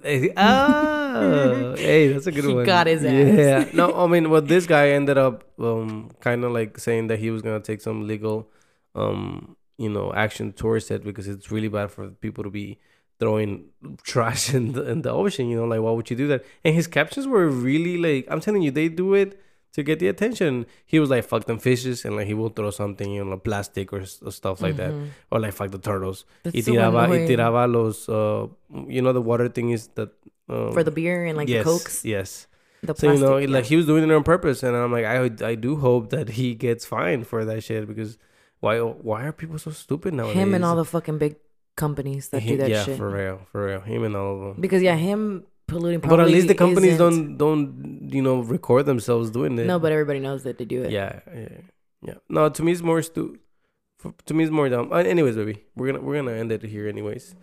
[SPEAKER 1] Hey, ah, hey, that's a good
[SPEAKER 2] He
[SPEAKER 1] one.
[SPEAKER 2] got his ass.
[SPEAKER 1] Yeah. No, I mean, well, this guy ended up um, kind of like saying that he was gonna take some legal, um, you know, action towards it because it's really bad for people to be throwing trash in the in the ocean. You know, like why would you do that? And his captions were really like, I'm telling you, they do it to get the attention. He was like, "Fuck them fishes," and like he will throw something, you know, like plastic or, s- or stuff like that,
[SPEAKER 2] Mhm.
[SPEAKER 1] or like "fuck the turtles."
[SPEAKER 2] That's
[SPEAKER 1] y
[SPEAKER 2] so
[SPEAKER 1] tiraba, y
[SPEAKER 2] annoying.
[SPEAKER 1] tiraba los, uh, you know, the water thing is that. Um,
[SPEAKER 2] for the beer and like
[SPEAKER 1] yes,
[SPEAKER 2] the cokes,
[SPEAKER 1] Yes. So,
[SPEAKER 2] the plastic.
[SPEAKER 1] you know, it-
[SPEAKER 2] yeah.
[SPEAKER 1] like he was doing it on purpose. And I'm like, I, I do hope that he gets fined for that shit because why why are people so stupid nowadays?
[SPEAKER 2] him and all the fucking big companies that
[SPEAKER 1] He-
[SPEAKER 2] do that
[SPEAKER 1] Yeah,
[SPEAKER 2] shit.
[SPEAKER 1] for real. For real. Him and all of them.
[SPEAKER 2] Because yeah, him polluting.
[SPEAKER 1] But at least the
[SPEAKER 2] probably
[SPEAKER 1] companies
[SPEAKER 2] isn't-
[SPEAKER 1] don't, don't, you know, record themselves doing it.
[SPEAKER 2] No, but everybody knows that they do it.
[SPEAKER 1] Yeah, yeah, yeah. No, to me it's more stu. f- To me it's more dumb. Uh, anyways, baby, we're gonna we're gonna end it here. Anyways,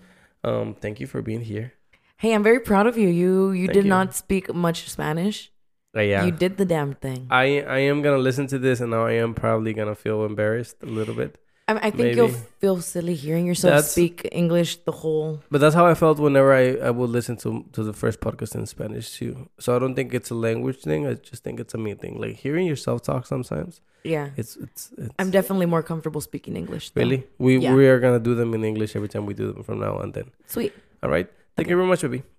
[SPEAKER 1] um, thank you for being here.
[SPEAKER 2] Hey, I'm very proud of you. You you
[SPEAKER 1] Thank
[SPEAKER 2] did
[SPEAKER 1] you.
[SPEAKER 2] not speak much Spanish.
[SPEAKER 1] Uh, yeah,
[SPEAKER 2] You did the damn thing. I,
[SPEAKER 1] I I am gonna listen to this, and now I am probably gonna feel embarrassed a little bit.
[SPEAKER 2] I think you'll
[SPEAKER 1] maybe.
[SPEAKER 2] feel silly hearing yourself
[SPEAKER 1] That's-
[SPEAKER 2] speak English the whole.
[SPEAKER 1] But that's how I felt whenever I I would listen to to the first podcast in Spanish too. So I don't think it's a language thing. I just think it's a me thing. Like hearing yourself talk sometimes.
[SPEAKER 2] Yeah,
[SPEAKER 1] It's it's. it's
[SPEAKER 2] I'm definitely more comfortable speaking English. though.
[SPEAKER 1] really we
[SPEAKER 2] Yeah.
[SPEAKER 1] we are gonna do them in English every time we do them from now on. Then
[SPEAKER 2] sweet.
[SPEAKER 1] all right. Thank you very much, baby.